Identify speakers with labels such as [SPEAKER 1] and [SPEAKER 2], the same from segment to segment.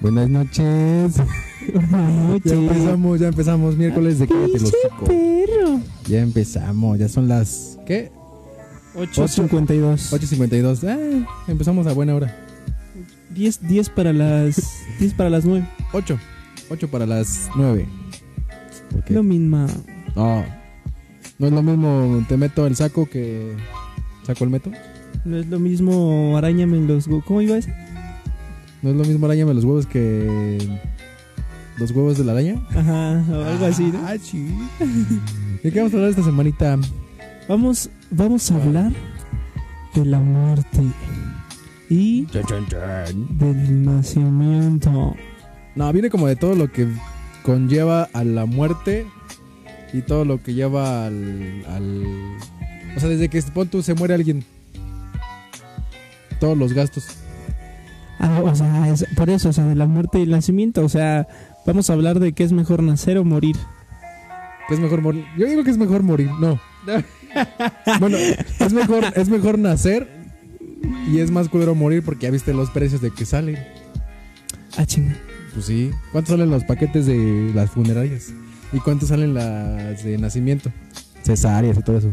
[SPEAKER 1] Buenas noches. Buenas
[SPEAKER 2] Ya empezamos, ya empezamos. Miércoles de Cállate los Chicos.
[SPEAKER 3] perro.
[SPEAKER 1] Ya empezamos, ya son las ¿qué?
[SPEAKER 3] 8.52.
[SPEAKER 1] 8:52. Ah, empezamos a buena hora.
[SPEAKER 3] 10, 10 para las 10 para las 9.
[SPEAKER 1] 8. 8 para las 9. Porque
[SPEAKER 3] Lo mismo.
[SPEAKER 1] no. No es lo mismo te meto el saco que saco el meto.
[SPEAKER 3] No es lo mismo arañame en los... gu- ¿Cómo iba eso?
[SPEAKER 1] No es lo mismo arañame los huevos que los huevos de la araña.
[SPEAKER 3] Ajá, o algo así, ¿no?
[SPEAKER 1] Ah, sí. ¿De qué vamos a hablar esta semanita?
[SPEAKER 3] Vamos, vamos a hablar de la muerte y del nacimiento.
[SPEAKER 1] No, viene como de todo lo que conlleva a la muerte y todo lo que lleva al. al- o sea, desde que pon tú, se muere alguien. Todos los gastos.
[SPEAKER 3] Ah, o sea, es- por eso, o sea, de la muerte y el nacimiento. O sea, vamos a hablar de qué es mejor nacer o morir.
[SPEAKER 1] Que es mejor morir. Yo digo que es mejor morir, no. bueno, es mejor, es mejor nacer y es más culero morir porque ya viste los precios de que salen.
[SPEAKER 3] Ah, chinga.
[SPEAKER 1] Pues sí. ¿Cuánto salen los paquetes de las funerarias? ¿Y cuánto salen las de nacimiento? Cesáreas y todo eso.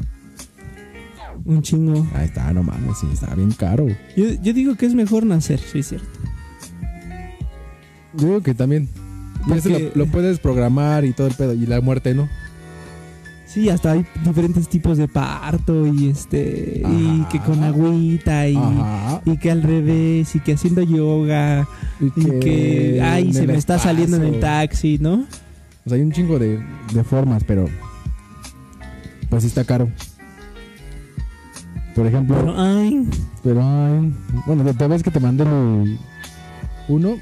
[SPEAKER 3] Un chingo.
[SPEAKER 1] Ahí está, no mames, sí, está bien caro.
[SPEAKER 3] Yo, yo digo que es mejor nacer, sí, es cierto.
[SPEAKER 1] Yo digo que también. Y eso
[SPEAKER 3] Porque-
[SPEAKER 1] lo, lo puedes programar y todo el pedo. Y la muerte, ¿no?
[SPEAKER 3] Sí, hasta hay diferentes tipos de parto y este. Y
[SPEAKER 1] Ajá.
[SPEAKER 3] que con agüita y.
[SPEAKER 1] Ajá.
[SPEAKER 3] Y que al revés, y que haciendo yoga, y que, ay,
[SPEAKER 1] en
[SPEAKER 3] se
[SPEAKER 1] el
[SPEAKER 3] me está saliendo en el
[SPEAKER 1] espacio.
[SPEAKER 3] taxi, ¿no?
[SPEAKER 1] O sea, hay un chingo de, de formas, pero. Pues sí está caro. Por ejemplo,
[SPEAKER 3] Pero, ay,
[SPEAKER 1] pero. ay, Bueno, de todas que te mandé lo- uno.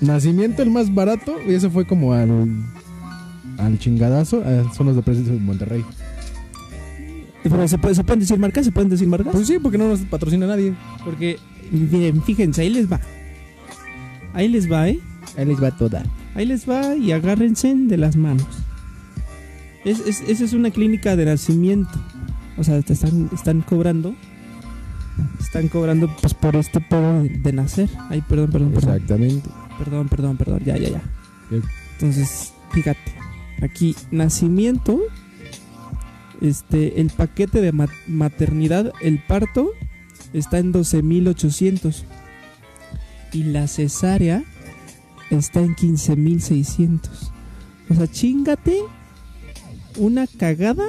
[SPEAKER 1] Nacimiento, el más barato. Y eso fue como al. Al chingadazo. eh, Son los de precios de Monterrey.
[SPEAKER 3] pero se, puede- se pueden decir marcas, se pueden decir marcas.
[SPEAKER 1] Pues sí, porque no nos patrocina nadie.
[SPEAKER 3] Porque, miren, fíjense, ahí les va. Ahí les va, ¿eh?
[SPEAKER 1] Él les va toda.
[SPEAKER 3] Ahí les va y agárrense de las manos. Es, es- esa es una clínica de nacimiento. O sea, te están, están cobrando. Están cobrando pues por este pedo de, de nacer. Ay, perdón, perdón, perdón.
[SPEAKER 1] Exactamente.
[SPEAKER 3] Perdón, perdón, perdón. Ya, ya, ya.
[SPEAKER 1] Bien.
[SPEAKER 3] Entonces, fíjate. Aquí, nacimiento. Este, el paquete de ma- maternidad, el parto, está en 12.800. Y la cesárea está en 15.600. O sea, chingate una cagada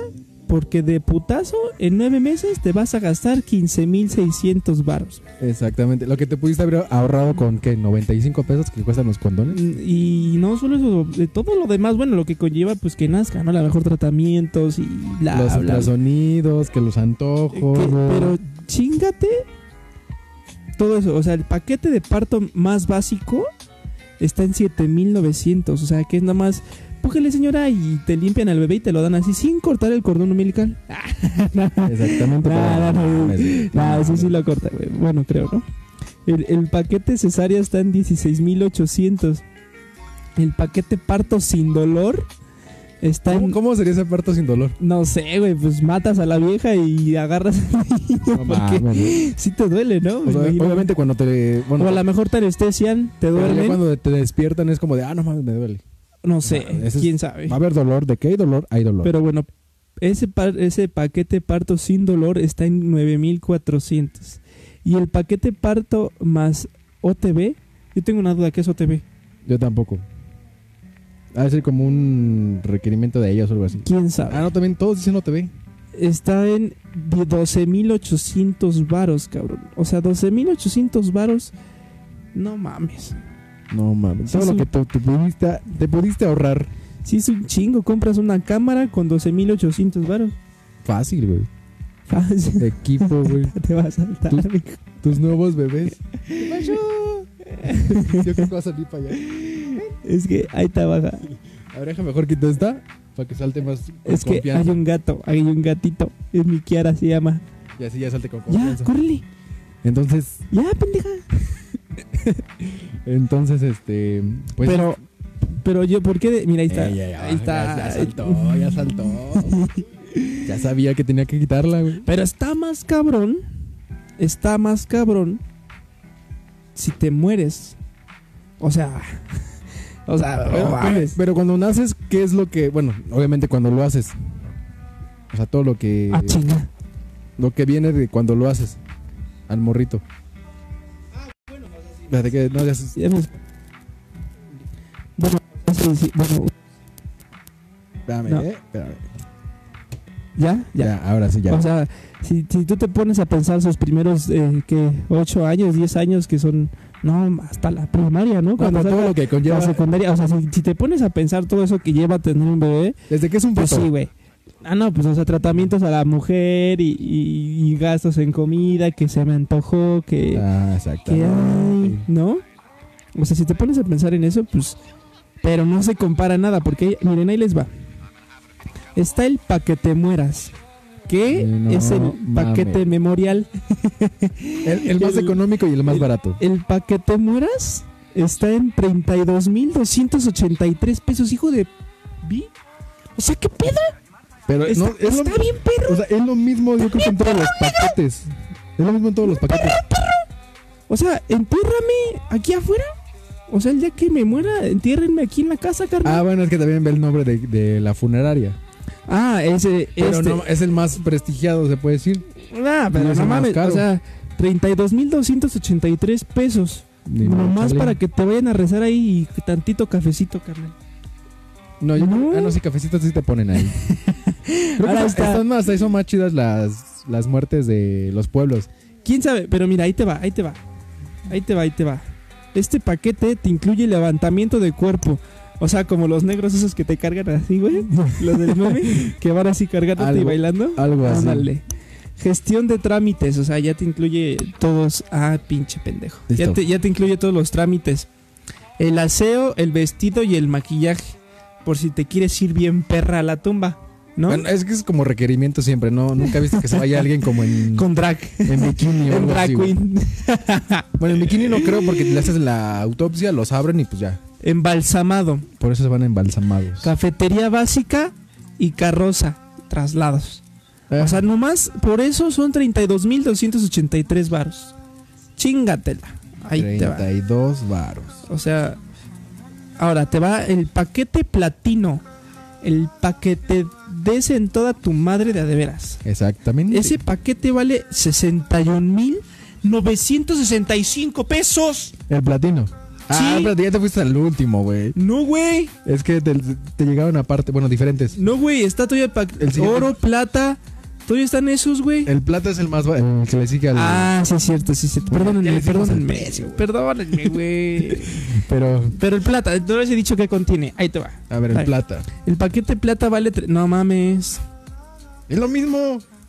[SPEAKER 3] porque de putazo en nueve meses te vas a gastar 15.600 varos.
[SPEAKER 1] Exactamente. Lo que te pudiste haber ahorrado con ¿qué? 95 pesos que cuestan los condones.
[SPEAKER 3] Mm, Y no solo eso, de todo lo demás, bueno, lo que conlleva pues que nazca, ¿no? A lo mejor tratamientos y bla,
[SPEAKER 1] los
[SPEAKER 3] bla, bla.
[SPEAKER 1] ultrasonidos, que los
[SPEAKER 3] Que-
[SPEAKER 1] antojos.
[SPEAKER 3] pero chingate todo eso, o sea, el paquete de parto más básico está en 7900, o sea, que es nada más Póngale señora y te limpian al bebé y te lo dan así sin cortar el cordón umbilical.
[SPEAKER 1] Exactamente. pero-
[SPEAKER 3] Nah, nah, nah,
[SPEAKER 1] Sí.
[SPEAKER 3] Ah, sí, sí lo corta, güey. Bueno, creo, ¿no? El, el paquete cesárea está en 16,800. El paquete parto sin dolor está
[SPEAKER 1] ¿Cómo,
[SPEAKER 3] en.
[SPEAKER 1] cómo sería ese parto sin dolor?
[SPEAKER 3] No sé, güey, pues matas a la vieja y agarras al niño porque
[SPEAKER 1] mames.
[SPEAKER 3] sí te duele, ¿no?
[SPEAKER 1] O sea,
[SPEAKER 3] Me imagino.
[SPEAKER 1] obviamente cuando te. Bueno,
[SPEAKER 3] o a lo mejor te anestesian, te
[SPEAKER 1] pero ya
[SPEAKER 3] duelen.
[SPEAKER 1] cuando te despiertan es como de, ah, no mames, me duele.
[SPEAKER 3] No sé,
[SPEAKER 1] Ah, ese es-
[SPEAKER 3] quién sabe.
[SPEAKER 1] Va a haber dolor. ¿De qué hay dolor? Hay dolor.
[SPEAKER 3] Pero bueno, ese, pa- ese paquete parto sin dolor está en 9,400. Y el paquete parto más OTB, yo tengo una duda, ¿qué es OTB?
[SPEAKER 1] Yo tampoco. Ha de ser como un requerimiento de ellos o algo así.
[SPEAKER 3] ¿Quién sabe?
[SPEAKER 1] Ah, no, también todos dicen no te ve.
[SPEAKER 3] Está en 12,800 varos, cabrón. O sea, 12,800 varos, no mames.
[SPEAKER 1] No mames.
[SPEAKER 3] Sí,
[SPEAKER 1] Todo lo
[SPEAKER 3] sí.
[SPEAKER 1] que te, te pudiste, te pudiste ahorrar.
[SPEAKER 3] Si es un chingo, compras una cámara con 12,800 varos.
[SPEAKER 1] Fácil, güey.
[SPEAKER 3] Fácil,
[SPEAKER 1] Equipo, güey.
[SPEAKER 3] Te vas a saltar,
[SPEAKER 1] Tú-
[SPEAKER 3] mijo.
[SPEAKER 1] Tus nuevos bebés. Yo creo que va a salir para allá.
[SPEAKER 3] Es que ahí te baja.
[SPEAKER 1] A ver, deja mejor quito esta para que salte más con
[SPEAKER 3] Es que hay
[SPEAKER 1] confianza.
[SPEAKER 3] un gato, hay un gatito. Es mi Kiara, se llama.
[SPEAKER 1] Y así ya salte con
[SPEAKER 3] Ya,
[SPEAKER 1] confianza.
[SPEAKER 3] córrele.
[SPEAKER 1] Entonces,
[SPEAKER 3] Ya, pendeja.
[SPEAKER 1] entonces, este. Pues.
[SPEAKER 3] pero, pero yo, ¿por qué? de- Mira, ahí está.
[SPEAKER 1] Eh, ya, ya,
[SPEAKER 3] ahí está.
[SPEAKER 1] Ya, ya saltó, ya saltó. ya sabía que tenía que quitarla, güey.
[SPEAKER 3] Pero está más cabrón. Está más cabrón. Si te mueres O sea, o sea, no
[SPEAKER 1] Pero,
[SPEAKER 3] mames.
[SPEAKER 1] pero cuando naces, ¿qué es lo que.? Bueno, obviamente cuando lo haces. O sea, todo lo que.
[SPEAKER 3] Ah, chinga.
[SPEAKER 1] lo que viene de cuando lo haces. Al morrito. Espérate que no hagas-
[SPEAKER 3] Ya hemos- Bueno, sí, sí, bueno,
[SPEAKER 1] Espérame,
[SPEAKER 3] No.
[SPEAKER 1] eh, espérame.
[SPEAKER 3] ya,
[SPEAKER 1] Ya.
[SPEAKER 3] ya.
[SPEAKER 1] ahora sí, ya.
[SPEAKER 3] O sea, si, si tú te pones a pensar sus primeros, eh, ¿qué? 8 años, 10 años, que son, no, hasta la primaria, ¿no?
[SPEAKER 1] No, pero
[SPEAKER 3] Cuando
[SPEAKER 1] todo
[SPEAKER 3] salga
[SPEAKER 1] lo que
[SPEAKER 3] la
[SPEAKER 1] conlleva.
[SPEAKER 3] secundaria, o sea, si, si te pones a pensar todo eso que lleva a tener un bebé,
[SPEAKER 1] Desde que es un
[SPEAKER 3] pues
[SPEAKER 1] feto.
[SPEAKER 3] sí, güey. Ah, no, pues, o sea, tratamientos a la mujer y, y- y gastos en comida, que se me antojó, que...
[SPEAKER 1] Ah, exacto.
[SPEAKER 3] que hay, ¿no? O sea, si te pones a pensar en eso, pues. Pero no se compara nada, porque miren, ahí les va. Está el paquete mueras, que
[SPEAKER 1] Eh, no
[SPEAKER 3] es el paquete
[SPEAKER 1] mames.
[SPEAKER 3] memorial.
[SPEAKER 1] El, el más
[SPEAKER 3] El-
[SPEAKER 1] económico y el más
[SPEAKER 3] el-
[SPEAKER 1] barato.
[SPEAKER 3] El paquete mueras está en 32,283 pesos, hijo de. ¿Vi? O sea, ¿qué pedo?
[SPEAKER 1] Pero
[SPEAKER 3] Está,
[SPEAKER 1] no, es lo,
[SPEAKER 3] está bien, perro.
[SPEAKER 1] o sea, es lo mismo, yo creo que en todos los paquetes. Es lo mismo en todos los paquetes.
[SPEAKER 3] O sea, entiérrame aquí afuera. O sea, el día que me muera, entiérrenme aquí en la casa,
[SPEAKER 1] Ah,
[SPEAKER 3] carnal.
[SPEAKER 1] bueno, es que también ve el nombre de, de la funeraria.
[SPEAKER 3] Ah, ese.
[SPEAKER 1] Pero
[SPEAKER 3] este-
[SPEAKER 1] no, es el más prestigiado, se puede decir.
[SPEAKER 3] Nah,
[SPEAKER 1] No
[SPEAKER 3] Ah, pero
[SPEAKER 1] es
[SPEAKER 3] no
[SPEAKER 1] el más
[SPEAKER 3] mames,
[SPEAKER 1] caro.
[SPEAKER 3] o sea, 32.283 pesos.
[SPEAKER 1] Ni modo,
[SPEAKER 3] nomás
[SPEAKER 1] chale.
[SPEAKER 3] para que te vayan a rezar ahí y tantito cafecito, carnal.
[SPEAKER 1] No, yo
[SPEAKER 3] No.
[SPEAKER 1] Ah, no, sí, cafecitos sí te ponen ahí. Creo que
[SPEAKER 3] Ahora está.
[SPEAKER 1] están más, ahí son más chidas las, las muertes de los pueblos.
[SPEAKER 3] ¿Quién sabe? Pero mira, ahí te va, ahí te va. Ahí te va, ahí te va. Este paquete te incluye levantamiento de cuerpo. O sea, como los negros esos que te cargan así, güey. Los del meme, que van así cargándote y
[SPEAKER 1] Algo-
[SPEAKER 3] bailando.
[SPEAKER 1] Algo así.
[SPEAKER 3] Ándale. Gestión de trámites, o sea, ya te incluye todos. Ah, pinche pendejo. Ya
[SPEAKER 1] Listo.
[SPEAKER 3] te, ya te incluye todos los trámites. El aseo, el vestido y el maquillaje. Por si te quieres ir bien perra a la tumba, ¿no?
[SPEAKER 1] Bueno, es que es como requerimiento siempre, ¿no? Nunca he visto que se vaya alguien como en,
[SPEAKER 3] Con drag.
[SPEAKER 1] en bikini o
[SPEAKER 3] En
[SPEAKER 1] algo
[SPEAKER 3] drag
[SPEAKER 1] así, güey.
[SPEAKER 3] queen.
[SPEAKER 1] Bueno, en bikini no creo porque le haces la autopsia, los abren y pues ya.
[SPEAKER 3] Embalsamado.
[SPEAKER 1] Por eso se van embalsamados.
[SPEAKER 3] Cafetería básica y carroza. Traslados.
[SPEAKER 1] Eh,
[SPEAKER 3] O sea, nomás por eso son 32.283 varos. Chingatela. Ahí te va.
[SPEAKER 1] 32 varos.
[SPEAKER 3] O sea, ahora te va el paquete platino. El paquete des en toda tu madre de a de veras.
[SPEAKER 1] Exactamente.
[SPEAKER 3] Ese paquete vale 61.965 pesos.
[SPEAKER 1] El platino. Ah,
[SPEAKER 3] Sí.
[SPEAKER 1] pero ya te fuiste al último, güey.
[SPEAKER 3] No, güey.
[SPEAKER 1] Es que te, te llegaron aparte, bueno, diferentes.
[SPEAKER 3] No, güey. Está todavía el
[SPEAKER 1] El
[SPEAKER 3] paquete.
[SPEAKER 1] siguiente.
[SPEAKER 3] Oro, plata. Todavía están esos, güey.
[SPEAKER 1] El plata es el más ba- el que le sigue al
[SPEAKER 3] Ah, sí, es cierto, sí, es cierto.
[SPEAKER 1] Ya
[SPEAKER 3] Perdónenme,
[SPEAKER 1] les dimos el
[SPEAKER 3] perdónenme.
[SPEAKER 1] precio, güey.
[SPEAKER 3] Perdónenme, güey.
[SPEAKER 1] pero
[SPEAKER 3] Pero el plata, no les he dicho qué contiene. Ahí te va.
[SPEAKER 1] a ver, el
[SPEAKER 3] Ay.
[SPEAKER 1] plata.
[SPEAKER 3] El paquete plata vale. tre- No mames.
[SPEAKER 1] Es lo mismo.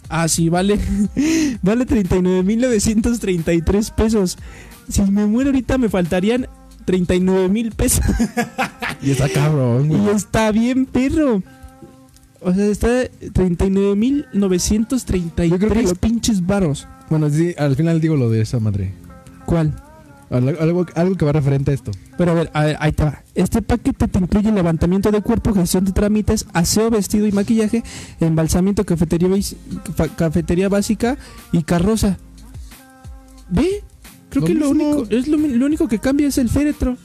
[SPEAKER 3] Ah, sí, vale. vale 39.933 pesos. Si me muero ahorita me faltarían 39.000 pesos.
[SPEAKER 1] Y está cabrón, güey.
[SPEAKER 3] Ah. Y está bien, perro. O sea, está 39.933
[SPEAKER 1] Yo creo que lo-
[SPEAKER 3] pinches varos.
[SPEAKER 1] Bueno, sí, al final digo lo de esa madre.
[SPEAKER 3] ¿Cuál?
[SPEAKER 1] Al- Algo, algo que va referente a esto.
[SPEAKER 3] Pero a ver, a ver, ahí te va. Este paquete te incluye levantamiento de cuerpo, gestión de trámites, aseo, vestido y maquillaje, embalsamiento, cafetería, bas- fa- cafetería básica y carroza. ¿Ve? Creo
[SPEAKER 1] Lo
[SPEAKER 3] que lo
[SPEAKER 1] mismo.
[SPEAKER 3] único, es lo, mi- lo único que cambia es el féretro.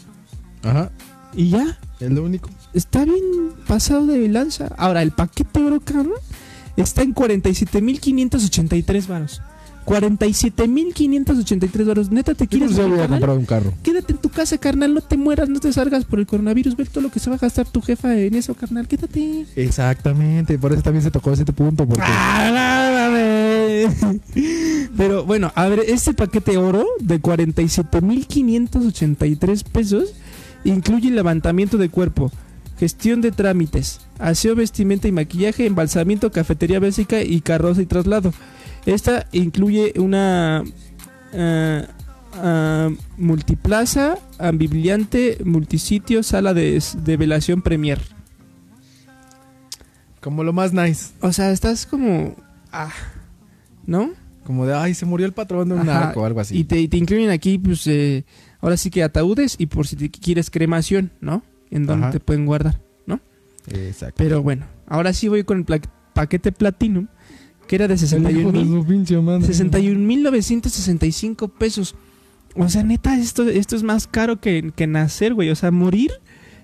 [SPEAKER 1] Ajá.
[SPEAKER 3] Y ya,
[SPEAKER 1] Es lo único.
[SPEAKER 3] está bien pasado de lanza. Ahora, el paquete oro cabrón, está en 47.583 varos. 47.583 varos. Neta, ¿te
[SPEAKER 1] Yo no
[SPEAKER 3] quieres
[SPEAKER 1] sé
[SPEAKER 3] morir,
[SPEAKER 1] voy a
[SPEAKER 3] carnal?
[SPEAKER 1] comprar un carro.
[SPEAKER 3] Quédate en tu casa, carnal, no te mueras, no te salgas por el coronavirus, ve todo lo que se va a gastar tu jefa en eso, carnal, quédate.
[SPEAKER 1] Exactamente, por eso también se tocó ese punto. Porque
[SPEAKER 3] Ah, no, mames. Pero bueno, a ver, este paquete oro de 47.583 pesos incluye levantamiento de cuerpo, gestión de trámites, aseo, vestimenta y maquillaje, embalsamiento, cafetería básica y carroza y traslado. Esta incluye una ah, ah, multiplaza, ambibliante, multisitio, sala de, de velación premier.
[SPEAKER 1] como lo más nice.
[SPEAKER 3] O sea, estás como... Ah, ¿No?
[SPEAKER 1] Como de, ay, se murió el patrón de un
[SPEAKER 3] Ajá,
[SPEAKER 1] narco o algo así.
[SPEAKER 3] Y te, y te incluyen aquí, pues, eh, ahora sí que ataúdes y por si te quieres cremación, ¿no? En donde
[SPEAKER 1] Ajá.
[SPEAKER 3] te pueden guardar.
[SPEAKER 1] Exacto.
[SPEAKER 3] Pero bueno, ahora sí voy con el pla- paquete Platinum, que era de
[SPEAKER 1] El hijo de
[SPEAKER 3] 61,000,
[SPEAKER 1] su pinche madre.
[SPEAKER 3] 61.965 pesos. O sea, neta, esto, esto es más caro que, que nacer, güey. O sea, morir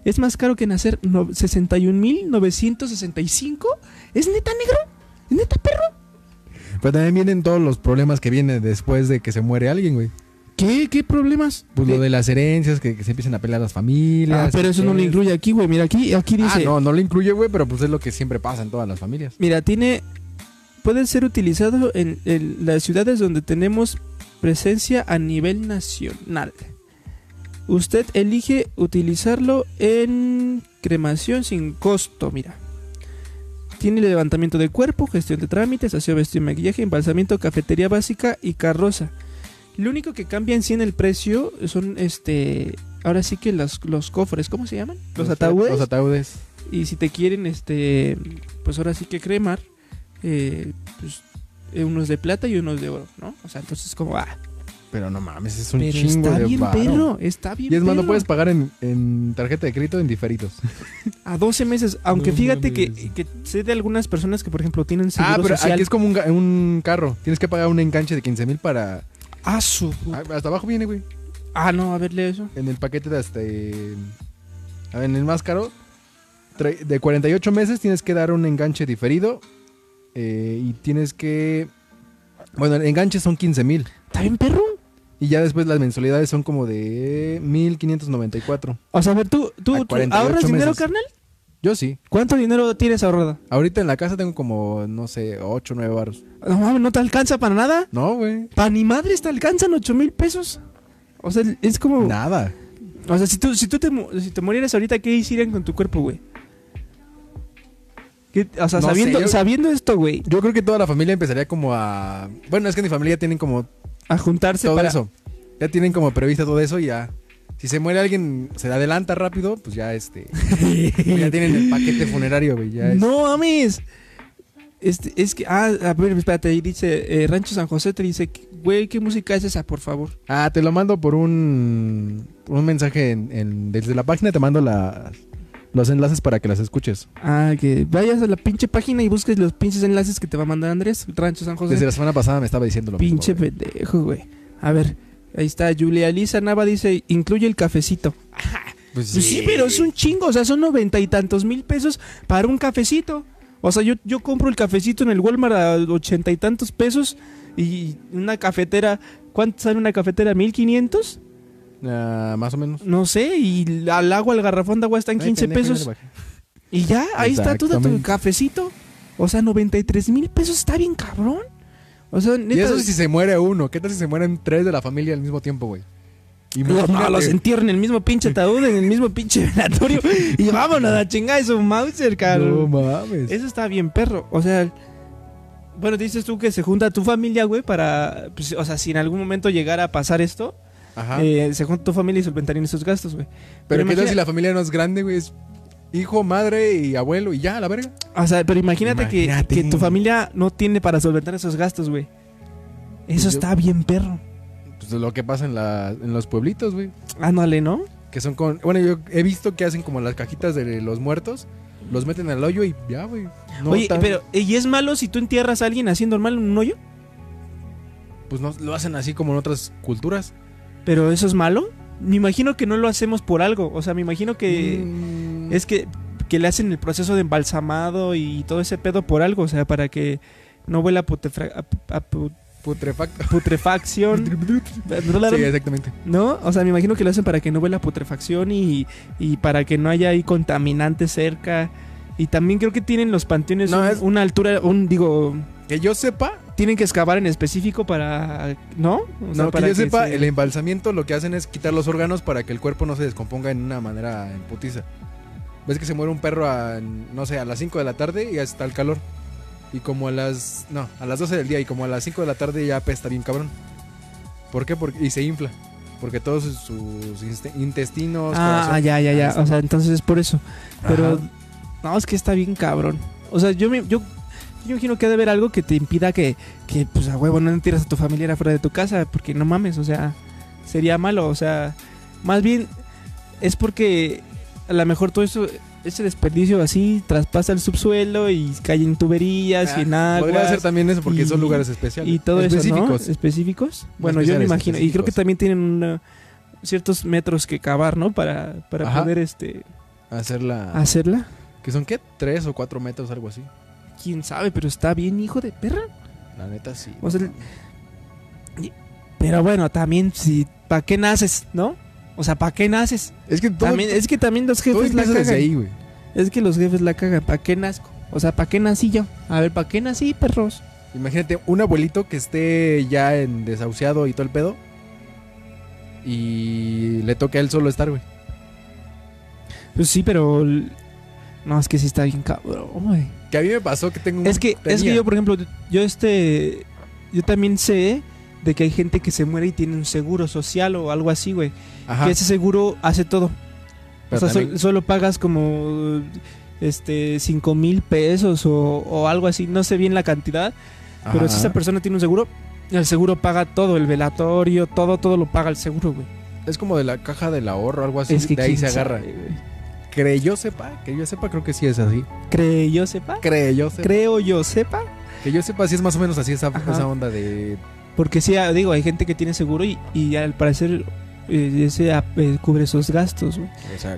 [SPEAKER 3] es más caro que nacer. No, 61.965. ¿Es neta, negro? ¿Es neta, perro?
[SPEAKER 1] Pero también vienen todos los problemas que vienen después de que se muere alguien, güey.
[SPEAKER 3] ¿Qué? ¿Qué problemas?
[SPEAKER 1] Pues
[SPEAKER 3] De-
[SPEAKER 1] lo de las herencias, que, que se empiecen a pelear las familias.
[SPEAKER 3] Ah, pero eso no lo
[SPEAKER 1] incluye.
[SPEAKER 3] incluye aquí, güey. Mira, aquí, aquí dice.
[SPEAKER 1] Ah, no, no lo incluye, güey, pero pues es lo que siempre pasa en todas las familias.
[SPEAKER 3] Mira, tiene. Puede ser utilizado en, en las ciudades donde tenemos presencia a nivel nacional. Usted elige utilizarlo en cremación sin costo, mira. Tiene levantamiento de cuerpo, gestión de trámites, aseo, vestido y maquillaje, embalsamiento, cafetería básica y carroza. Lo único que cambia en sí en el precio son este. Ahora sí que los, los cofres, ¿cómo se llaman? Los, ataúdes.
[SPEAKER 1] Los ataúdes.
[SPEAKER 3] Y si te quieren, este, pues ahora sí que cremar, eh, pues eh, unos de plata y unos de oro, ¿no? O sea, entonces como, ah,
[SPEAKER 1] Pero no mames, es un
[SPEAKER 3] pero
[SPEAKER 1] chingo
[SPEAKER 3] está
[SPEAKER 1] de
[SPEAKER 3] bien
[SPEAKER 1] varo.
[SPEAKER 3] perro, está bien
[SPEAKER 1] Y es más, no
[SPEAKER 3] perro.
[SPEAKER 1] puedes pagar en, en tarjeta de crédito en diferidos.
[SPEAKER 3] A 12 meses, aunque
[SPEAKER 1] No
[SPEAKER 3] fíjate que,
[SPEAKER 1] mames.
[SPEAKER 3] que sé de algunas personas que, por ejemplo, tienen seguro
[SPEAKER 1] ah, pero
[SPEAKER 3] social.
[SPEAKER 1] aquí es como un, ga- un carro. Tienes que pagar un enganche de 15 mil para.
[SPEAKER 3] Ah, su...
[SPEAKER 1] Ah, Hasta abajo viene, güey.
[SPEAKER 3] Ah, no, a ver, lee eso.
[SPEAKER 1] En el paquete de hasta. eh, a ver, en el más caro, tre- de 48 meses tienes que dar un enganche diferido. eh, y tienes que. Bueno, el enganche son 15 mil.
[SPEAKER 3] ¿Está bien perro?
[SPEAKER 1] Y ya después las mensualidades son como de 1594.
[SPEAKER 3] O sea, a ver, tú, tú,
[SPEAKER 1] A
[SPEAKER 3] tú
[SPEAKER 1] 48
[SPEAKER 3] ahorras dinero,
[SPEAKER 1] meses.
[SPEAKER 3] carnal.
[SPEAKER 1] Yo sí.
[SPEAKER 3] ¿Cuánto dinero tienes ahorrado?
[SPEAKER 1] Ahorita en la casa tengo como, no sé, 8 o 9 baros.
[SPEAKER 3] No mames, no te alcanza para nada.
[SPEAKER 1] No, güey.
[SPEAKER 3] Para ni madres te alcanzan 8 mil pesos. O sea, es
[SPEAKER 1] Uh.
[SPEAKER 3] como...
[SPEAKER 1] Nada.
[SPEAKER 3] O sea, si tú, si tú te, mu- si te murieras ahorita, ¿qué hicieran con tu cuerpo, güey? ¿Qué- O sea,
[SPEAKER 1] No
[SPEAKER 3] sabiendo,
[SPEAKER 1] sé.
[SPEAKER 3] sabiendo esto, güey,
[SPEAKER 1] Yo creo que toda la familia empezaría como a... Bueno, es que en mi familia tienen como
[SPEAKER 3] a juntarse
[SPEAKER 1] todo
[SPEAKER 3] para...
[SPEAKER 1] eso. Ya tienen como previsto todo eso y ya... Si se muere alguien, se adelanta rápido, pues ya este... ya tienen el paquete funerario, güey. Ya es-
[SPEAKER 3] no mames. Este, es que, ah, a ver, espérate, ahí dice eh, Rancho San José, te dice, güey, ¿qué música es esa, por favor?
[SPEAKER 1] Ah, te lo mando por un... Un mensaje en, en- desde la página, te mando las, los enlaces para que las escuches.
[SPEAKER 3] Ah, que vayas a la pinche página y busques los pinches enlaces que te va a mandar Andrés, Rancho San José.
[SPEAKER 1] Desde la semana pasada me estaba diciendo lo
[SPEAKER 3] Pinche
[SPEAKER 1] mismo. güey.
[SPEAKER 3] pendejo, güey. A ver, ahí está, Julia Elisa Nava dice, incluye el cafecito.
[SPEAKER 1] Pues
[SPEAKER 3] Pues sí, pero es un chingo, o sea, son noventa y tantos mil pesos para un cafecito. O sea, yo, yo compro el cafecito en el Walmart a ochenta y tantos pesos y una cafetera, ¿cuánto sale una cafetera? ¿Mil quinientos?
[SPEAKER 1] Ah, más o menos.
[SPEAKER 3] No sé, y al agua, el garrafón de agua está en
[SPEAKER 1] Ay,
[SPEAKER 3] quince
[SPEAKER 1] pendejo, ya le
[SPEAKER 3] pesos.
[SPEAKER 1] bajé.
[SPEAKER 3] Y ya, ahí está todo tu
[SPEAKER 1] Exactamente.
[SPEAKER 3] cafecito. O sea, noventa y tres mil pesos está bien cabrón. O sea, neta,
[SPEAKER 1] Y eso si se muere uno. ¿Qué tal si se mueren tres de la familia al mismo tiempo, güey?
[SPEAKER 3] los, no,
[SPEAKER 1] Imagínate.
[SPEAKER 3] los entierro en el mismo pinche ataúd, en el mismo pinche velatorio. y vámonos a la chingada de su Mauser, cabrón.
[SPEAKER 1] No mames.
[SPEAKER 3] Eso está bien, perro. O sea, bueno, dices tú que se junta tu familia, güey, para. pues, o sea, si en algún momento llegara a pasar esto,
[SPEAKER 1] Ajá.
[SPEAKER 3] eh, se junta tu familia y solventarían esos gastos, güey.
[SPEAKER 1] pero ¿qué
[SPEAKER 3] imagina-
[SPEAKER 1] tal si la familia no es grande, güey? Es hijo, madre y abuelo y ya, a la verga.
[SPEAKER 3] O sea, pero imagínate, que-
[SPEAKER 1] Imagínate.
[SPEAKER 3] Que, tu familia no tiene para solventar esos gastos, güey. Eso
[SPEAKER 1] Yo-
[SPEAKER 3] está bien, perro.
[SPEAKER 1] Pues lo que pasa en, la- en los pueblitos, güey.
[SPEAKER 3] Ándale, ¿no?
[SPEAKER 1] Que son con... Bueno, yo he visto que hacen como las cajitas de los muertos. Los meten al hoyo y ya, güey. No
[SPEAKER 3] Oye,
[SPEAKER 1] tan-
[SPEAKER 3] pero ¿y es malo si tú entierras a alguien haciendo mal en un hoyo?
[SPEAKER 1] Pues no, lo hacen así como en otras culturas.
[SPEAKER 3] ¿Pero eso es malo? Me imagino que no lo hacemos por algo. O sea, me imagino que.
[SPEAKER 1] Mm,
[SPEAKER 3] Es que, que le hacen el proceso de embalsamado y todo ese pedo por algo, o sea, para que no huela a putrefra- a- a pu-
[SPEAKER 1] putrefacto.
[SPEAKER 3] putrefacción. Eh,
[SPEAKER 1] sí, exactamente.
[SPEAKER 3] ¿No? O sea, me imagino que lo hacen para que no huela a putrefacción y, y para que no haya ahí contaminantes cerca. Y también creo que tienen los panteones
[SPEAKER 1] No,
[SPEAKER 3] un-
[SPEAKER 1] es-
[SPEAKER 3] una altura, un digo,
[SPEAKER 1] Que yo sepa,
[SPEAKER 3] tienen que excavar en específico para, ¿no? O
[SPEAKER 1] no,
[SPEAKER 3] sea,
[SPEAKER 1] que
[SPEAKER 3] para
[SPEAKER 1] yo sepa,
[SPEAKER 3] se-
[SPEAKER 1] el embalsamiento lo que hacen es quitar los órganos para que el cuerpo no se descomponga en una manera en putiza. Ves que se muere un perro a, no sé, a las 5 de la tarde y ya está el calor. Y como a las, no, a las 12 del día y como a las 5 de la tarde ya apesta bien cabrón. ¿Por qué? Porque, y se infla. Porque todos sus- sus inste- intestinos,
[SPEAKER 3] Ah,
[SPEAKER 1] corazón-
[SPEAKER 3] ya, ya, ya.
[SPEAKER 1] Ah,
[SPEAKER 3] O sea, entonces es por eso. Pero
[SPEAKER 1] Ajá.
[SPEAKER 3] no, es que está bien cabrón. O sea, yo me, yo, yo imagino que ha de haber algo que te impida que, que pues a huevo no entierres a tu familia fuera de tu casa, porque no mames, o sea, sería malo, o sea, más bien es porque a lo mejor todo eso ese desperdicio así traspasa el subsuelo y cae en tuberías y en
[SPEAKER 1] Ah, Podría
[SPEAKER 3] aguas
[SPEAKER 1] ser también eso porque
[SPEAKER 3] y-
[SPEAKER 1] son lugares especiales.
[SPEAKER 3] y todo
[SPEAKER 1] específicos.
[SPEAKER 3] eso, ¿no? Específicos. Bueno, yo me
[SPEAKER 1] especiales,
[SPEAKER 3] imagino. Y creo que
[SPEAKER 1] específicos.
[SPEAKER 3] también tienen una- ciertos metros que cavar, ¿no? Para, para
[SPEAKER 1] Ajá.
[SPEAKER 3] poder este
[SPEAKER 1] Hacerla.
[SPEAKER 3] hacerla.
[SPEAKER 1] Que son, ¿qué? Tres o cuatro metros, algo así.
[SPEAKER 3] Quién sabe, pero está bien, hijo de perra.
[SPEAKER 1] La neta, sí.
[SPEAKER 3] O sea, el- Pero bueno, también si ¿para qué naces, no? O sea, ¿para qué naces?
[SPEAKER 1] es que todo,
[SPEAKER 3] También, es que también los
[SPEAKER 1] todo
[SPEAKER 3] jefes la
[SPEAKER 1] empieza desde
[SPEAKER 3] cagan.
[SPEAKER 1] ahí, güey.
[SPEAKER 3] Es que los jefes la cagan. ¿Para qué nazco? O sea, ¿para qué nací yo? A ver, ¿para qué nací, perros?
[SPEAKER 1] Imagínate un abuelito que esté ya en desahuciado y todo el pedo. Y le toca a él solo estar, güey.
[SPEAKER 3] Pues sí, pero l- no, es que sí está bien cabrón, güey.
[SPEAKER 1] Que a mí me pasó que tengo un.
[SPEAKER 3] Es que, es que
[SPEAKER 1] tenía.
[SPEAKER 3] yo, por ejemplo, yo este. Yo también sé de que hay gente que se muere y tiene un seguro social o algo así, güey.
[SPEAKER 1] Ajá,
[SPEAKER 3] Que ese seguro hace todo.
[SPEAKER 1] pero
[SPEAKER 3] o sea,
[SPEAKER 1] también-
[SPEAKER 3] sol- solo pagas como. Este, cinco mil pesos o, o algo así. No sé bien la cantidad. Pero si
[SPEAKER 1] ajá.
[SPEAKER 3] esa persona tiene un seguro, el seguro paga todo. El velatorio, todo, todo lo paga el seguro, güey.
[SPEAKER 1] Es como de la caja del ahorro, algo así.
[SPEAKER 3] es que
[SPEAKER 1] de ahí
[SPEAKER 3] quién
[SPEAKER 1] se agarra.
[SPEAKER 3] sabe, güey.
[SPEAKER 1] Cree yo sepa, que yo sepa, creo que sí es así.
[SPEAKER 3] Cree yo sepa.
[SPEAKER 1] Cree yo sepa.
[SPEAKER 3] Creo yo sepa.
[SPEAKER 1] que yo sepa, sí es más o menos así esa,
[SPEAKER 3] Ajá.
[SPEAKER 1] esa onda de.
[SPEAKER 3] Porque sí, ah, digo, hay gente que tiene seguro y, y al parecer eh, ese ah, eh, cubre esos gastos. güey.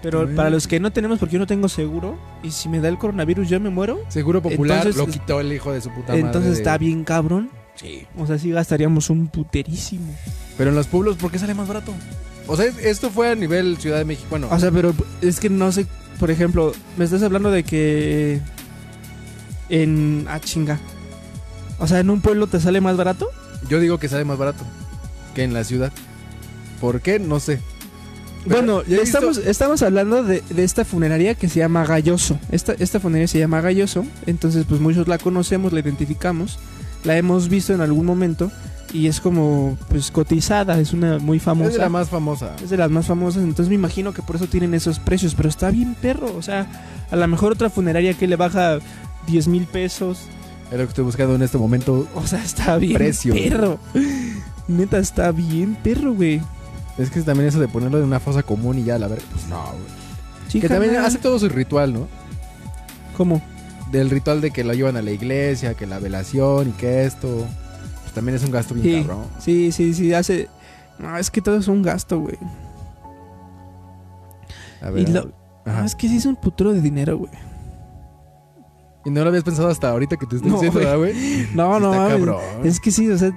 [SPEAKER 3] Pero para los que no tenemos, porque yo no tengo seguro, y si me da el coronavirus yo me muero,
[SPEAKER 1] Seguro Popular
[SPEAKER 3] Entonces-
[SPEAKER 1] lo quitó el hijo de su puta madre.
[SPEAKER 3] entonces
[SPEAKER 1] de-
[SPEAKER 3] está bien cabrón.
[SPEAKER 1] Sí.
[SPEAKER 3] O sea, sí gastaríamos un puterísimo.
[SPEAKER 1] Pero en los pueblos, ¿por qué sale más barato? O sea, es- esto fue a nivel Ciudad de México. Bueno,
[SPEAKER 3] O sea, pero es que no sé, por ejemplo, me estás hablando de que en... Ah, chinga. O sea, en un pueblo te sale más barato.
[SPEAKER 1] yo digo que sale más barato que en la ciudad. ¿Por qué? No sé. Pero
[SPEAKER 3] Bueno,
[SPEAKER 1] yo he visto-
[SPEAKER 3] estamos, estamos hablando de, de esta funeraria que se llama Galloso. Esta, esta funeraria se llama Galloso, entonces pues muchos la conocemos, la identificamos, la hemos visto en algún momento y es como pues cotizada, es una muy famosa.
[SPEAKER 1] Es de la más famosa.
[SPEAKER 3] es de las más famosas, entonces me imagino que por eso tienen esos precios, pero está bien perro, o sea, a lo mejor otra funeraria que le baja 10 mil pesos,
[SPEAKER 1] Es lo que estoy buscando en este momento.
[SPEAKER 3] o sea, está bien
[SPEAKER 1] Precio.
[SPEAKER 3] perro. Neta, está bien perro, güey.
[SPEAKER 1] Es que también eso de ponerlo en una fosa común y ya, la verdad. Pues no, güey.
[SPEAKER 3] Sí,
[SPEAKER 1] Que también
[SPEAKER 3] carnal.
[SPEAKER 1] hace todo su ritual, ¿no?
[SPEAKER 3] ¿Cómo?
[SPEAKER 1] Del ritual de que lo llevan a la iglesia, que la velación y que esto. Pues también es un gasto bien
[SPEAKER 3] Sí.
[SPEAKER 1] cabrón.
[SPEAKER 3] Sí, sí, sí, hace... No, es que todo es un gasto, güey.
[SPEAKER 1] A
[SPEAKER 3] Y
[SPEAKER 1] ver.
[SPEAKER 3] lo-
[SPEAKER 1] ajá.
[SPEAKER 3] no, es que sí es un putero de dinero, güey.
[SPEAKER 1] Y no lo habías pensado hasta ahorita que te estoy
[SPEAKER 3] No,
[SPEAKER 1] diciendo,
[SPEAKER 3] güey.
[SPEAKER 1] ¿verdad, güey?
[SPEAKER 3] No,
[SPEAKER 1] Sí
[SPEAKER 3] no,
[SPEAKER 1] está
[SPEAKER 3] mames.
[SPEAKER 1] cabrón.
[SPEAKER 3] es que sí, o sea,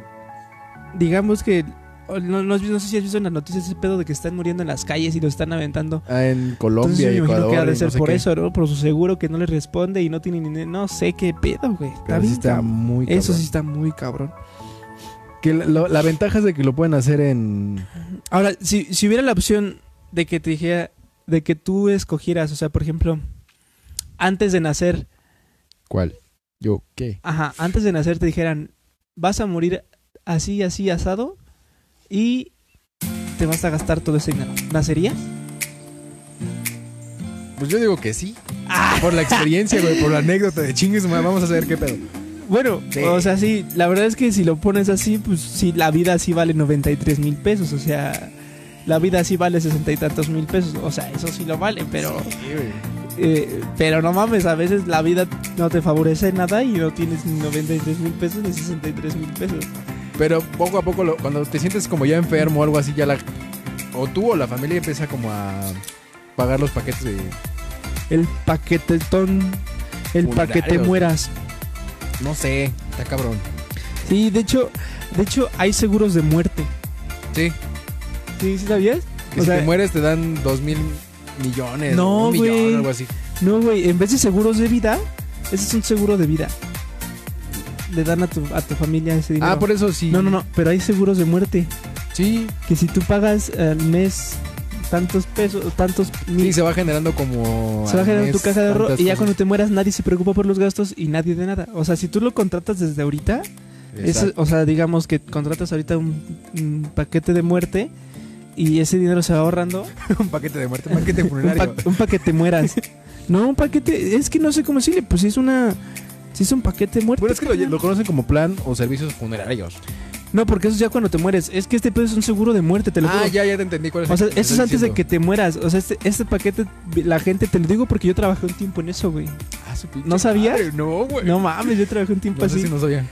[SPEAKER 3] digamos que... o No, no has visto- no sé si has visto en las noticias ese pedo de que están muriendo en las calles y lo están aventando.
[SPEAKER 1] Ah, en
[SPEAKER 3] Entonces
[SPEAKER 1] Colombia,
[SPEAKER 3] yo me imagino
[SPEAKER 1] Ecuador.
[SPEAKER 3] que ha de
[SPEAKER 1] y
[SPEAKER 3] ser
[SPEAKER 1] no sé
[SPEAKER 3] por
[SPEAKER 1] qué.
[SPEAKER 3] eso, ¿no? Por su seguro que no le responde y no tiene ni... No sé qué pedo, güey. Está
[SPEAKER 1] Pero sí
[SPEAKER 3] bien
[SPEAKER 1] está
[SPEAKER 3] cabrón.
[SPEAKER 1] muy
[SPEAKER 3] Eso
[SPEAKER 1] cabrón.
[SPEAKER 3] sí está muy cabrón.
[SPEAKER 1] Que la, lo- la ventaja es de que lo pueden hacer en.
[SPEAKER 3] Ahora, si, si hubiera la opción de que te dijera... De que tú escogieras, o sea, por ejemplo... Antes de nacer,
[SPEAKER 1] ¿Cuál? ¿Yo qué?
[SPEAKER 3] Ajá, antes de nacer te dijeran, vas a morir así, así, asado y te vas a gastar todo ese dinero. ¿Nacerías?
[SPEAKER 1] Pues yo digo que sí. Por la experiencia, güey, por la anécdota de chingues, ma, vamos a saber qué pedo.
[SPEAKER 3] Bueno,
[SPEAKER 1] Sí.
[SPEAKER 3] o sea, sí, la verdad es que si lo pones así, pues sí, la vida sí vale 93 mil pesos, o sea, la vida sí vale 60 y tantos mil pesos, o sea, eso sí lo vale, pero, eh, pero no mames, a veces la vida no te favorece en nada y no tienes ni 93 mil pesos ni 63 mil pesos.
[SPEAKER 1] Pero poco a poco, lo- cuando te sientes como ya enfermo o algo así, ya la. O tú o la familia empieza como a pagar los paquetes de.
[SPEAKER 3] El paquetetón, el
[SPEAKER 1] Funerario.
[SPEAKER 3] paquete mueras.
[SPEAKER 1] No sé, está cabrón.
[SPEAKER 3] Sí, de hecho, de hecho hay seguros de muerte.
[SPEAKER 1] Sí,
[SPEAKER 3] ¿Sí, sí sabías?
[SPEAKER 1] que
[SPEAKER 3] O
[SPEAKER 1] si
[SPEAKER 3] sea-
[SPEAKER 1] te mueres te dan dos mil millones.
[SPEAKER 3] No,
[SPEAKER 1] un millón,
[SPEAKER 3] güey.
[SPEAKER 1] algo así.
[SPEAKER 3] No, güey, en vez de seguros de vida, ese es un seguro de vida. Le dan a tu, a tu familia ese dinero.
[SPEAKER 1] Ah, por eso sí.
[SPEAKER 3] No, no, no, pero hay seguros de muerte
[SPEAKER 1] Sí,
[SPEAKER 3] que si tú pagas al mes tantos pesos, tantos
[SPEAKER 1] sí,
[SPEAKER 3] mil,
[SPEAKER 1] se va generando como.
[SPEAKER 3] se va
[SPEAKER 1] al
[SPEAKER 3] generando tu
[SPEAKER 1] mes
[SPEAKER 3] caja de ahorro
[SPEAKER 1] tantas
[SPEAKER 3] y ya
[SPEAKER 1] cosas.
[SPEAKER 3] cuando te mueras nadie se preocupa por los gastos y nadie de nada. O sea, si tú lo contratas desde ahorita, Eso,
[SPEAKER 1] Exacto.
[SPEAKER 3] o sea, digamos que contratas ahorita un, un paquete de muerte y ese dinero se va ahorrando
[SPEAKER 1] un paquete de muerte, un paquete
[SPEAKER 3] Un,
[SPEAKER 1] funerario.
[SPEAKER 3] pa- un paquete mueras. no, un paquete. Es que no sé cómo decirle. Pues sí es una. Sí es un paquete muerto.
[SPEAKER 1] Bueno, es que lo, lo conocen como plan o servicios funerarios.
[SPEAKER 3] No, porque eso es ya cuando te mueres. Es que este pedo es un seguro de muerte, te lo
[SPEAKER 1] ah,
[SPEAKER 3] juro.
[SPEAKER 1] ya, ya te entendí cuál es
[SPEAKER 3] O sea,
[SPEAKER 1] el que
[SPEAKER 3] eso
[SPEAKER 1] me
[SPEAKER 3] es
[SPEAKER 1] estás
[SPEAKER 3] antes de que
[SPEAKER 1] diciendo.
[SPEAKER 3] te mueras. O sea, este, este paquete, la gente, te lo digo porque yo trabajé un tiempo en eso, güey.
[SPEAKER 1] Ah, su pinche
[SPEAKER 3] ¿No sabías?
[SPEAKER 1] madre, no, güey.
[SPEAKER 3] No pues mames, yo trabajé un tiempo
[SPEAKER 1] No sé
[SPEAKER 3] así.
[SPEAKER 1] si no sabían.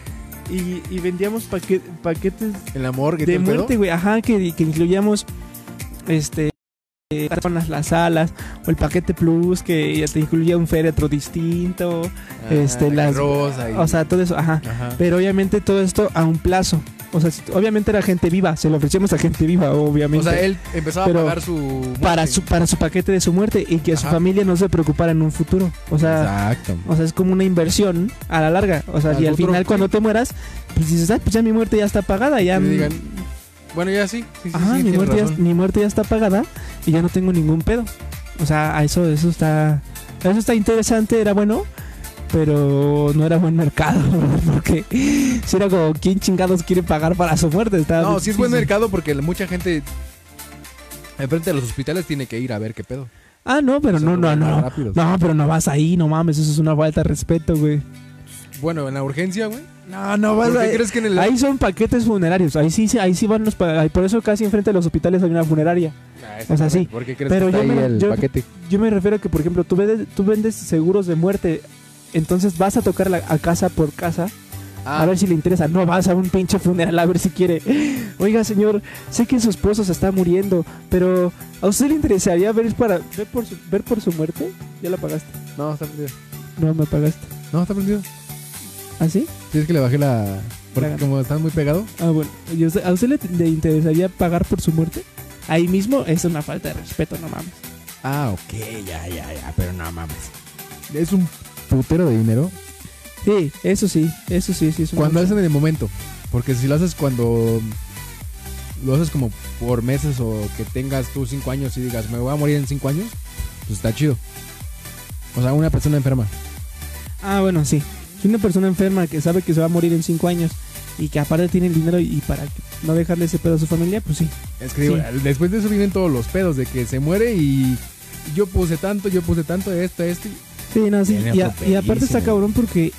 [SPEAKER 3] Y, y vendíamos paque- paquetes
[SPEAKER 1] El amor que
[SPEAKER 3] de muerte, güey. Ajá, que, que incluíamos este eh, las, las alas o el paquete plus que ya te incluía un féretro distinto. Este, las-
[SPEAKER 1] Ah, rosa y...
[SPEAKER 3] O sea, todo eso, ajá.
[SPEAKER 1] Ajá.
[SPEAKER 3] Pero obviamente todo esto a un plazo. O sea, si- obviamente era gente viva, se lo ofrecíamos a gente viva,
[SPEAKER 1] O
[SPEAKER 3] obviamente.
[SPEAKER 1] sea, él empezaba
[SPEAKER 3] Pero
[SPEAKER 1] a pagar su muerte.
[SPEAKER 3] para su para su paquete de su muerte y que su
[SPEAKER 1] Ajá.
[SPEAKER 3] familia no se preocupara en un futuro. O sea,
[SPEAKER 2] Exacto.
[SPEAKER 3] o sea, es como una inversión a la larga. O sea,
[SPEAKER 1] Al
[SPEAKER 3] y al
[SPEAKER 1] futuro,
[SPEAKER 3] final
[SPEAKER 1] sí.
[SPEAKER 3] cuando te mueras, pues dices, ah, pues ya mi muerte ya está pagada, ya
[SPEAKER 1] Que
[SPEAKER 3] mm,
[SPEAKER 1] digan, Bueno, ya sí. sí, sí,
[SPEAKER 3] Ajá,
[SPEAKER 1] sí,
[SPEAKER 3] mi,
[SPEAKER 1] tienes
[SPEAKER 3] muerte ya,
[SPEAKER 1] razón.
[SPEAKER 3] mi muerte ya está pagada y ya no tengo ningún pedo. O sea, a eso, eso está. Eso está interesante, era bueno, pero no era buen mercado. Porque si era como, ¿quién chingados quiere pagar para su muerte? Está
[SPEAKER 1] No, sí es buen
[SPEAKER 3] difícil.
[SPEAKER 1] mercado porque mucha gente enfrente de los hospitales tiene que ir a ver qué pedo.
[SPEAKER 3] Ah, no, pero
[SPEAKER 1] Son
[SPEAKER 3] no, no,
[SPEAKER 1] lugares
[SPEAKER 3] no.
[SPEAKER 1] pues.
[SPEAKER 2] Rápido.
[SPEAKER 3] No, pero no vas ahí, no mames, eso es una falta de respeto, güey.
[SPEAKER 1] Bueno, en la urgencia, güey.
[SPEAKER 3] No, no
[SPEAKER 1] ¿Por qué crees que en el
[SPEAKER 3] Pues, eh, Ahí son paquetes funerarios, ahí sí, sí, ahí sí van los... pa- ahí Por eso casi enfrente de los hospitales hay una funeraria.
[SPEAKER 1] Ah,
[SPEAKER 3] O sea, sí.
[SPEAKER 1] ¿Por qué crees
[SPEAKER 3] Pero
[SPEAKER 2] Está
[SPEAKER 3] yo
[SPEAKER 2] ahí
[SPEAKER 3] me,
[SPEAKER 2] el
[SPEAKER 3] yo-
[SPEAKER 2] paquete.
[SPEAKER 3] Yo me refiero a que, por ejemplo, tú vendes, tú vendes seguros de muerte. Entonces vas a tocar la- a casa por casa
[SPEAKER 1] Ah,
[SPEAKER 3] a ver si le interesa. No vas a un pinche funeral a ver si quiere. Oiga, señor, sé que su esposo se está muriendo, pero ¿a usted le interesaría ver, para, ver, por, su, ver por su muerte? Ya la pagaste.
[SPEAKER 1] no, está prendido.
[SPEAKER 3] No me pagaste.
[SPEAKER 1] No, está prendido.
[SPEAKER 3] ¿Ah, sí?
[SPEAKER 1] Sí, es que le bajé la. Porque
[SPEAKER 3] Claro.
[SPEAKER 1] como están muy pegado.
[SPEAKER 3] Ah, bueno. ¿Y a usted- ¿A usted le, le interesaría pagar por su muerte? Ahí mismo es una falta de respeto, no mames.
[SPEAKER 2] Ah, ok, ya, ya, ya, pero no mames. Es un putero de dinero
[SPEAKER 3] Sí, eso sí, eso sí, sí. Es una
[SPEAKER 1] Cuando
[SPEAKER 3] falta.
[SPEAKER 1] hacen en el momento. Porque si lo haces cuando. Lo haces como por meses o que tengas tú cinco años y digas, me voy a morir en cinco años, pues está chido. O sea, una persona enferma.
[SPEAKER 3] Ah, bueno, sí. Si una persona enferma que sabe que se va a morir en 5 años y que aparte tiene el dinero y para no dejarle ese pedo a su familia, pues sí.
[SPEAKER 1] Es que digo,
[SPEAKER 3] Sí.
[SPEAKER 1] después de eso vienen todos los pedos de que se muere y yo puse tanto, yo puse tanto, esto, esto. y-
[SPEAKER 3] Sí, no, sí.
[SPEAKER 2] Tiene
[SPEAKER 3] Y, a-
[SPEAKER 2] otro
[SPEAKER 3] y aparte está
[SPEAKER 2] pedísimo.
[SPEAKER 3] cabrón porque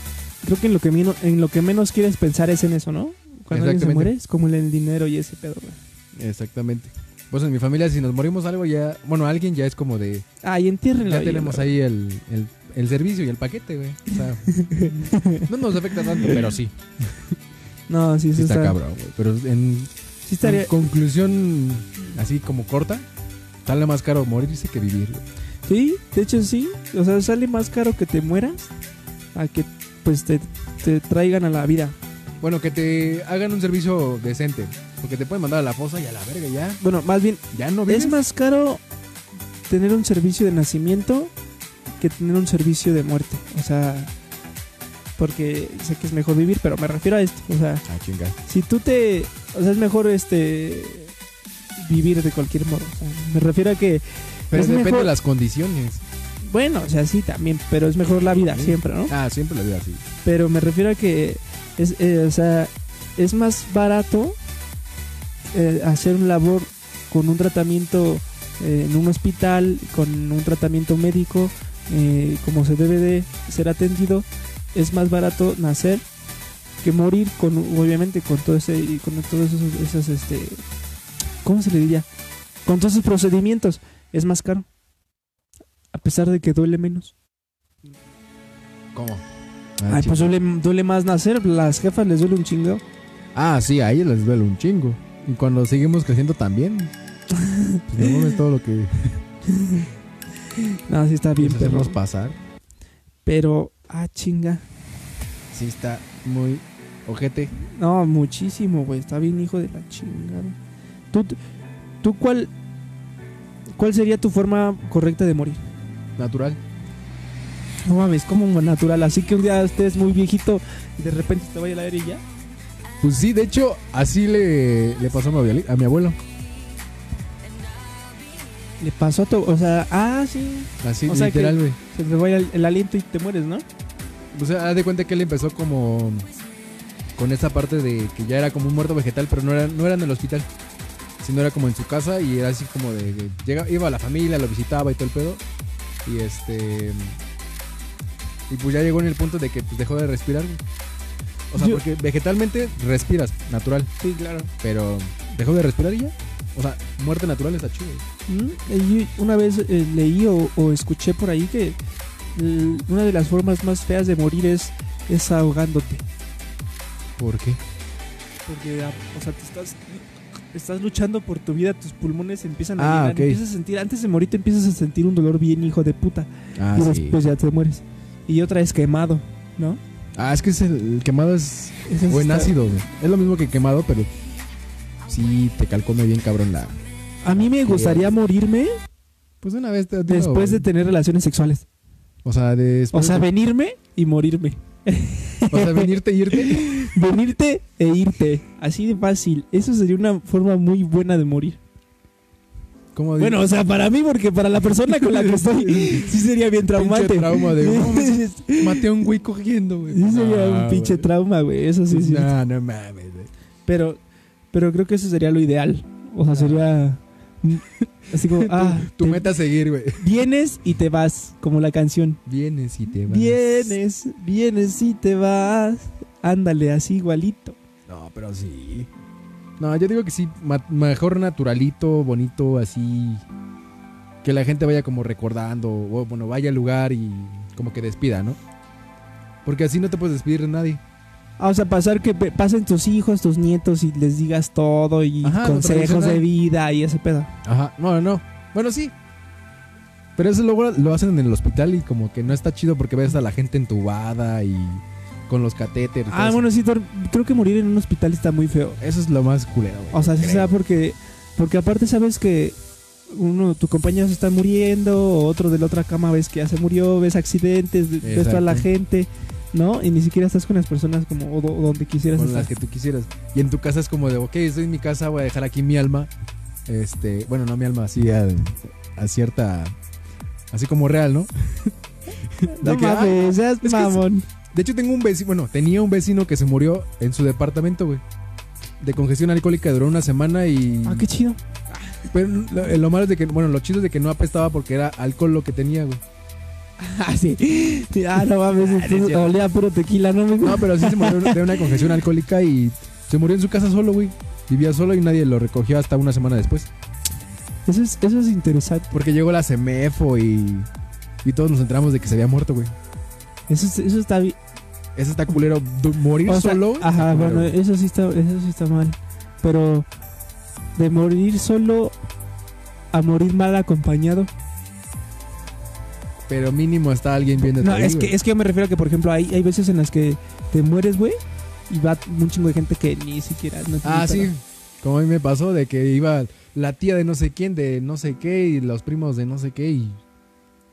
[SPEAKER 3] creo que en lo que, menos, en lo que menos quieres pensar es en eso, ¿no? Cuando alguien se
[SPEAKER 1] Exactamente.
[SPEAKER 3] muere es como en el dinero y ese pedo, güey.
[SPEAKER 1] Exactamente. Pues en mi familia, si nos morimos algo ya. Bueno, alguien ya es como de.
[SPEAKER 3] Ah, y entiérrenlo.
[SPEAKER 1] Ya
[SPEAKER 3] y
[SPEAKER 1] tenemos
[SPEAKER 3] la-
[SPEAKER 1] ahí el, el- el servicio y el paquete, güey. O sea, no nos afecta tanto, pero sí.
[SPEAKER 3] No, sí, eso
[SPEAKER 1] Sí está,
[SPEAKER 3] está,
[SPEAKER 1] cabrón, güey. Pero en,
[SPEAKER 3] Sí estaría-
[SPEAKER 1] en conclusión, así como corta, sale más caro morirse que vivir. güey.
[SPEAKER 3] Sí, de hecho sí. O sea, sale más caro que te mueras a que pues te, te traigan a la vida.
[SPEAKER 1] Bueno, que te hagan un servicio decente. Porque te pueden mandar a la fosa y a la verga, ya.
[SPEAKER 3] Bueno, más bien
[SPEAKER 1] Ya no vives.
[SPEAKER 3] Es más caro tener un servicio de nacimiento que tener un servicio de muerte. O sea, porque sé que es mejor vivir, pero me refiero a esto. O sea,
[SPEAKER 1] Ah, chinga.
[SPEAKER 3] si tú te... O sea, es mejor este vivir de cualquier modo. O sea, me refiero a que...
[SPEAKER 1] Pero
[SPEAKER 3] Es
[SPEAKER 1] depende
[SPEAKER 3] mejor-
[SPEAKER 1] de las condiciones.
[SPEAKER 3] Bueno, o sea, sí, también, pero es mejor la vida
[SPEAKER 1] Sí.
[SPEAKER 3] siempre, ¿no?
[SPEAKER 1] Ah, siempre la vida así.
[SPEAKER 3] Pero me refiero a que es, eh, o sea, es más barato eh, hacer un labor con un tratamiento eh, en un hospital, con un tratamiento médico, eh, como se debe de ser atendido. Es más barato nacer que morir con obviamente con todo ese y con todos esos, esos, este ¿cómo se le diría? Con todos esos procedimientos es más caro. A pesar de que duele menos.
[SPEAKER 1] ¿Cómo?
[SPEAKER 2] Ah, chinga.
[SPEAKER 3] Ay, pues duele, duele más nacer, las jefas les duele un chingo.
[SPEAKER 2] Ah, sí, a ellos les duele un chingo.
[SPEAKER 1] Y cuando seguimos creciendo también.
[SPEAKER 2] Pues no mames todo lo que
[SPEAKER 3] No, sí está bien,
[SPEAKER 1] Nos
[SPEAKER 3] perro.
[SPEAKER 1] Pues hacemos pasar.
[SPEAKER 3] Pero, ah, chinga.
[SPEAKER 1] Sí, está muy ojete.
[SPEAKER 3] No, muchísimo, güey. Está bien, hijo de la chingada. ¿Tú, tú cuál, cuál sería tu forma correcta de morir?
[SPEAKER 1] Natural.
[SPEAKER 3] No mames, como natural. Así que un día estés muy viejito y de repente te vaya a la aire y ya.
[SPEAKER 1] Pues sí, de hecho, así le, le pasó a mi, abueli- a mi abuelo.
[SPEAKER 3] Le pasó a tu. O sea, ah, sí.
[SPEAKER 1] Así,
[SPEAKER 3] O sea que-
[SPEAKER 1] literal, güey.
[SPEAKER 3] Se te vaya el, el aliento y te mueres, ¿no?
[SPEAKER 1] O sea, haz de cuenta que él empezó como con esta parte de que ya era como un muerto vegetal, pero no era, no era en el hospital, sino era como en su casa y era así como de que llega, iba a la familia, lo visitaba y todo el pedo. Y este. Y pues ya llegó en el punto de que pues, dejó de respirar. güey. O sea,
[SPEAKER 3] Yo-
[SPEAKER 1] porque vegetalmente respiras, natural.
[SPEAKER 3] Sí, claro.
[SPEAKER 1] Pero dejó de respirar y ya. O sea, muerte natural está chido.
[SPEAKER 3] Mm, eh, yo Una vez eh, leí o, o escuché por ahí que eh, una de las formas más feas de morir es, es ahogándote.
[SPEAKER 1] ¿Por qué?
[SPEAKER 3] Porque, ah, o sea, te estás, estás luchando por tu vida, tus pulmones empiezan
[SPEAKER 1] Ah,
[SPEAKER 3] a llenar,
[SPEAKER 1] ok.
[SPEAKER 3] empiezas a sentir, antes de morir te empiezas a sentir un dolor bien hijo de puta.
[SPEAKER 1] Ah,
[SPEAKER 3] y
[SPEAKER 1] sí.
[SPEAKER 3] después ya te mueres. Y otra es quemado, ¿no?
[SPEAKER 1] Ah, es que es el, el quemado es
[SPEAKER 3] Esa
[SPEAKER 1] buen
[SPEAKER 3] está-
[SPEAKER 1] ácido, güey. Es lo mismo que quemado, pero sí te calcome bien cabrón la.
[SPEAKER 3] A mí me gustaría morirme
[SPEAKER 1] Pues de una vez te digo,
[SPEAKER 3] después de
[SPEAKER 1] güey.
[SPEAKER 3] tener relaciones sexuales.
[SPEAKER 1] O sea,
[SPEAKER 3] O
[SPEAKER 1] después.
[SPEAKER 3] sea, venirme y morirme.
[SPEAKER 1] o sea, venirte y irte.
[SPEAKER 3] Venirte e irte. Así de fácil. Eso sería una forma muy buena de morir.
[SPEAKER 1] ¿Cómo
[SPEAKER 3] Bueno, o sea, para mí, porque para la persona con la que estoy, sí sería bien traumante.
[SPEAKER 1] Pinche trauma de, "No mames,
[SPEAKER 3] sí
[SPEAKER 1] maté a un güey cogiendo, güey.
[SPEAKER 3] sería
[SPEAKER 1] No,
[SPEAKER 3] un pinche
[SPEAKER 1] güey.
[SPEAKER 3] trauma, güey. Eso sí, sí.
[SPEAKER 1] No, no mames, güey.
[SPEAKER 3] Pero, pero creo que eso sería lo ideal. O sea, sería. Así como, ah,
[SPEAKER 1] Tu
[SPEAKER 3] te-
[SPEAKER 1] meta es seguir, güey.
[SPEAKER 3] vienes y te vas, como la canción.
[SPEAKER 1] Vienes y te vas.
[SPEAKER 3] Vienes, vienes y te vas. Ándale, así igualito.
[SPEAKER 1] No, pero sí. No, yo digo que sí, ma- mejor naturalito, bonito, así. Que la gente vaya como recordando, o bueno, vaya al lugar y como que despida, ¿no? Porque así no te puedes despedir de nadie.
[SPEAKER 3] Ah, o sea, pasar que pe- pasen tus hijos, tus nietos y les digas todo y
[SPEAKER 1] Ajá, lo
[SPEAKER 3] consejos de
[SPEAKER 1] tradicional.
[SPEAKER 3] vida y ese pedo. Ah,
[SPEAKER 1] Ajá, no, no. Bueno, sí. Pero eso luego lo hacen en el hospital y como que no está chido porque ves a la gente entubada y con los catéteres. y todo
[SPEAKER 3] Ah,
[SPEAKER 1] eso.
[SPEAKER 3] bueno, sí, dor- creo que morir en un hospital está muy feo.
[SPEAKER 1] Eso es lo más culero, güey.
[SPEAKER 3] O sea, sí
[SPEAKER 1] creo.
[SPEAKER 3] se da porque, porque aparte sabes que uno, tu compañero se está muriendo, otro de la otra cama ves que ya se murió, ves accidentes, ves toda la
[SPEAKER 1] Exacto.
[SPEAKER 3] gente, ¿no? Y ni siquiera estás con las personas como o do- donde quisieras
[SPEAKER 1] con
[SPEAKER 3] estar.
[SPEAKER 1] las que tú quisieras. Y en tu casa es como de, ok, estoy en mi casa, voy a dejar aquí mi alma. Este, bueno, no mi alma, así a, a cierta. Así como real, ¿no?
[SPEAKER 3] No
[SPEAKER 1] de que,
[SPEAKER 3] mames, seas
[SPEAKER 1] que es-
[SPEAKER 3] mamón.
[SPEAKER 1] De hecho, tengo un vecino, bueno, tenía un vecino que se murió en su departamento, güey. De congestión alcohólica duró una semana y.
[SPEAKER 3] Ah, qué chido.
[SPEAKER 1] Pero lo, lo malo es de que, bueno, lo chido es de que no apestaba porque era alcohol lo que tenía, güey.
[SPEAKER 3] Ah, sí. Sí, Ah, no mames, entonces
[SPEAKER 1] cierto.
[SPEAKER 3] olía a puro tequila, ¿no? me-
[SPEAKER 1] No, pero sí se murió de una congestión alcohólica y se murió en su casa solo, güey. Vivía solo y nadie lo recogió hasta una semana después.
[SPEAKER 3] Eso es, eso es interesante.
[SPEAKER 1] Porque llegó la CEMEFO y, y todos nos enteramos de que se había muerto, güey.
[SPEAKER 3] Eso, es- eso está bien.
[SPEAKER 1] Eso está culero. Du- morir
[SPEAKER 3] O sea,
[SPEAKER 1] solo. está
[SPEAKER 3] Ajá,
[SPEAKER 1] culero,
[SPEAKER 3] bueno, eh.
[SPEAKER 1] güey.
[SPEAKER 3] eso sí está, eso sí está mal. Pero de morir solo a morir mal acompañado.
[SPEAKER 1] Pero mínimo está alguien viendo
[SPEAKER 3] No, es que, es que yo me refiero a que, por ejemplo, hay, hay veces en las que te mueres, güey, y va un chingo de gente que ni siquiera. no tiene
[SPEAKER 1] Ah, sí.
[SPEAKER 3] pedo.
[SPEAKER 1] Como a mí me pasó de que iba la tía de no sé quién, de no sé qué, y los primos de no sé qué, y,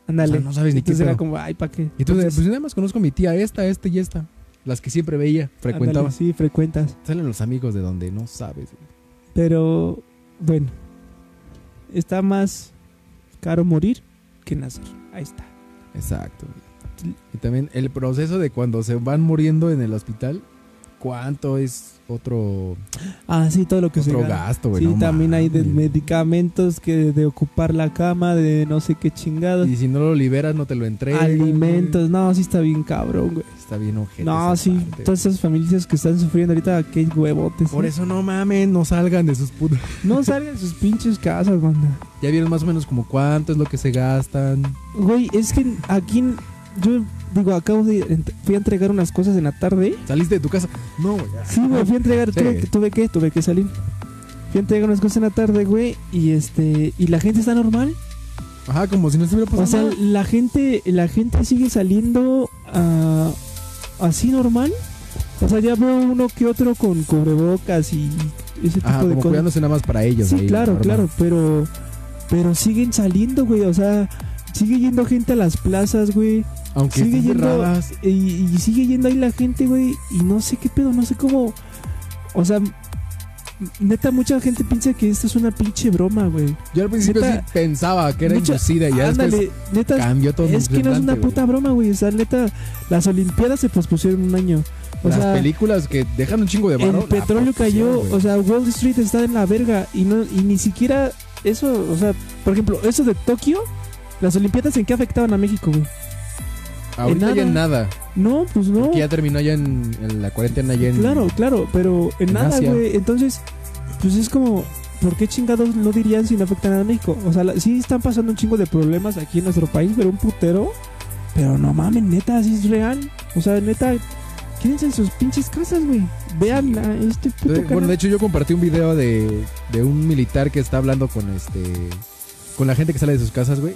[SPEAKER 3] Ándale.
[SPEAKER 1] o sea, Ah, no sabes ni qué
[SPEAKER 3] Entonces era
[SPEAKER 1] pedo.
[SPEAKER 3] como, ay, ¿para qué?
[SPEAKER 1] y tú de,
[SPEAKER 3] Entonces,
[SPEAKER 1] pues yo nada más conozco a mi tía, esta, esta y esta. Las que siempre veía,
[SPEAKER 3] ándale,
[SPEAKER 1] frecuentaba.
[SPEAKER 3] sí, frecuentas.
[SPEAKER 1] Salen los amigos de donde no sabes. güey.
[SPEAKER 3] Pero, bueno, está más caro morir que nacer. Ahí está.
[SPEAKER 1] Exacto. güey. Y también el proceso de cuando se van muriendo en el hospital, ¿cuánto es otro
[SPEAKER 3] Ah, sí, todo lo que se
[SPEAKER 1] otro
[SPEAKER 3] gana.
[SPEAKER 1] gasto, güey.
[SPEAKER 3] sí,
[SPEAKER 1] no
[SPEAKER 3] también hay de
[SPEAKER 1] mames.
[SPEAKER 3] medicamentos que de ocupar la cama, de no sé qué chingados.
[SPEAKER 1] Y si no lo liberas, no te lo entregan.
[SPEAKER 3] Alimentos, no, sí está bien cabrón, güey.
[SPEAKER 1] güey. Está bien ojete.
[SPEAKER 3] No,
[SPEAKER 1] esa
[SPEAKER 3] sí,
[SPEAKER 1] parte.
[SPEAKER 3] todas esas familias que están sufriendo ahorita, qué huevotes.
[SPEAKER 1] Por
[SPEAKER 3] ¿no?
[SPEAKER 1] eso no mames, no salgan de sus putas.
[SPEAKER 3] No salgan de sus pinches casas, banda.
[SPEAKER 1] Ya vieron más o menos como cuánto es lo que se gastan.
[SPEAKER 3] Güey, es que aquí, yo digo, acabo de, ent- fui a entregar unas cosas en la tarde.
[SPEAKER 1] ¿Saliste de tu casa? No, güey.
[SPEAKER 3] Sí, güey, fui a entregar,
[SPEAKER 1] Sí.
[SPEAKER 3] tuve, que- tuve que, tuve que salir. Fui a entregar unas cosas en la tarde, güey, y este, y la gente está normal.
[SPEAKER 1] Ajá, como si no estuviera
[SPEAKER 3] O sea,
[SPEAKER 1] pasando. nada.
[SPEAKER 3] la gente, la gente sigue saliendo ah, así normal. O sea, ya veo uno que otro con cubrebocas y ese tipo
[SPEAKER 1] Ajá,
[SPEAKER 3] de
[SPEAKER 1] como
[SPEAKER 3] cosas.
[SPEAKER 1] cuidándose nada más para ellos.
[SPEAKER 3] Sí,
[SPEAKER 1] ahí,
[SPEAKER 3] claro,
[SPEAKER 1] normal.
[SPEAKER 3] claro, pero pero siguen saliendo, güey, o sea, sigue yendo gente a las plazas, güey,
[SPEAKER 1] Aunque
[SPEAKER 3] sigue
[SPEAKER 1] estén
[SPEAKER 3] yendo
[SPEAKER 1] cerradas.
[SPEAKER 3] y, y sigue yendo ahí la gente, güey, y no sé qué pedo, no sé cómo, o sea, m- neta mucha gente piensa que esto es una pinche broma, güey.
[SPEAKER 1] Yo al principio
[SPEAKER 3] Neta,
[SPEAKER 1] sí pensaba que era
[SPEAKER 3] mucha-
[SPEAKER 1] inducida y ya después
[SPEAKER 3] Ándale, neta
[SPEAKER 1] cambió todo.
[SPEAKER 3] es
[SPEAKER 1] su
[SPEAKER 3] que no es una
[SPEAKER 1] semblante, güey.
[SPEAKER 3] puta broma, güey, o sea, neta las olimpiadas se pospusieron un año. O
[SPEAKER 1] Las
[SPEAKER 3] sea,
[SPEAKER 1] películas que dejan un chingo de barro.
[SPEAKER 3] el petróleo cayó, o sea, Wall Street está en la verga y no y ni siquiera eso, o sea, por ejemplo, eso de Tokio, las Olimpiadas en qué afectaban a México, güey.
[SPEAKER 1] Ahorita
[SPEAKER 3] en
[SPEAKER 1] ya nada.
[SPEAKER 3] No, pues no.
[SPEAKER 1] Que ya terminó ya en, en la cuarentena ya en
[SPEAKER 3] Claro, claro, pero en,
[SPEAKER 1] En
[SPEAKER 3] nada,
[SPEAKER 1] Asia.
[SPEAKER 3] güey. Entonces, pues es como, ¿por qué chingados no dirían si no afectan a México? O sea, la- sí están pasando un chingo de problemas aquí en nuestro país, pero un putero. Pero no mamen, neta, sí es real. O sea, neta, quédense en sus pinches casas, güey. Vean a este puto
[SPEAKER 1] De- bueno,
[SPEAKER 3] canal.
[SPEAKER 1] de hecho yo compartí un video de, de un militar que está hablando con este con la gente que sale de sus casas, güey.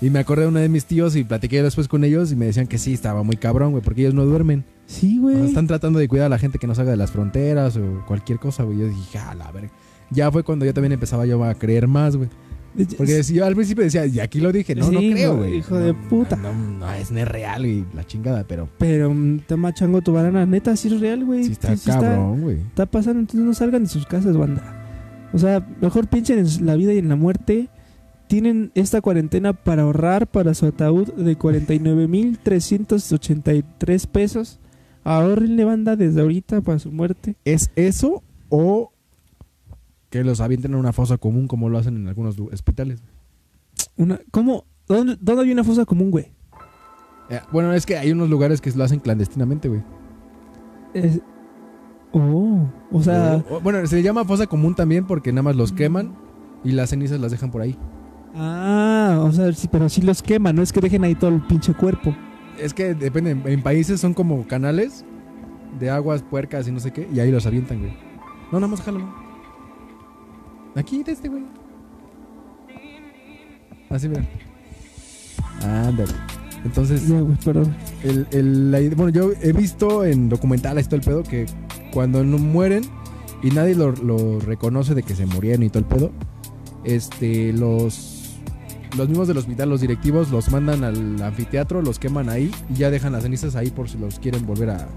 [SPEAKER 1] Y me acordé de uno de mis tíos y platiqué después con ellos y me decían que sí, estaba muy cabrón, güey, porque ellos no duermen.
[SPEAKER 3] Sí,
[SPEAKER 1] O
[SPEAKER 3] güey.
[SPEAKER 1] sea, están tratando de cuidar a la gente que no salga de las fronteras o cualquier cosa, güey. Yo dije, a la verga. Ya fue cuando yo también empezaba yo a creer más, güey. Porque si yo al principio decía, y aquí lo dije, no,
[SPEAKER 3] Sí,
[SPEAKER 1] no creo,
[SPEAKER 3] no,
[SPEAKER 1] güey.
[SPEAKER 3] hijo
[SPEAKER 1] No,
[SPEAKER 3] de puta.
[SPEAKER 1] No, no, es, no es real y la chingada, pero
[SPEAKER 3] Pero mm, toma chango tu banana, neta, sí es real, güey.
[SPEAKER 1] sí está cabrón, güey.
[SPEAKER 3] está pasando, entonces no salgan de sus casas, banda. O sea, mejor piensen en la vida y en la muerte. Tienen esta cuarentena para ahorrar para su ataúd de 49.383 pesos. Ahorrenle banda desde ahorita para su muerte.
[SPEAKER 1] ¿Es eso o que los avienten en una fosa común como lo hacen en algunos lu- hospitales?
[SPEAKER 3] Una, ¿Cómo? ¿Dónde, ¿Dónde hay una fosa común, güey?
[SPEAKER 1] Eh, bueno, es que hay unos lugares que lo hacen clandestinamente, güey.
[SPEAKER 3] Es- oh, o sea...
[SPEAKER 1] O- o- bueno, se le llama fosa común también porque nada más los queman y las cenizas las dejan por ahí.
[SPEAKER 3] Ah, o sea, sí, pero sí los queman, no es que dejen ahí todo el pinche cuerpo.
[SPEAKER 1] Es que depende, en, en países son como canales de aguas puercas y no sé qué, y ahí los avientan, güey. No, nada más jálalo. Aquí, de este, güey. Así, mira. Ándale. Entonces,
[SPEAKER 3] Ya, güey, perdón.
[SPEAKER 1] el, el- la ide- bueno, yo he visto en documentales y todo el pedo que cuando no mueren y nadie lo, lo reconoce de que se murieron y todo el pedo, este, los, los mismos del hospital, los directivos, los mandan al anfiteatro, los queman ahí y ya dejan las cenizas ahí por si los quieren volver a,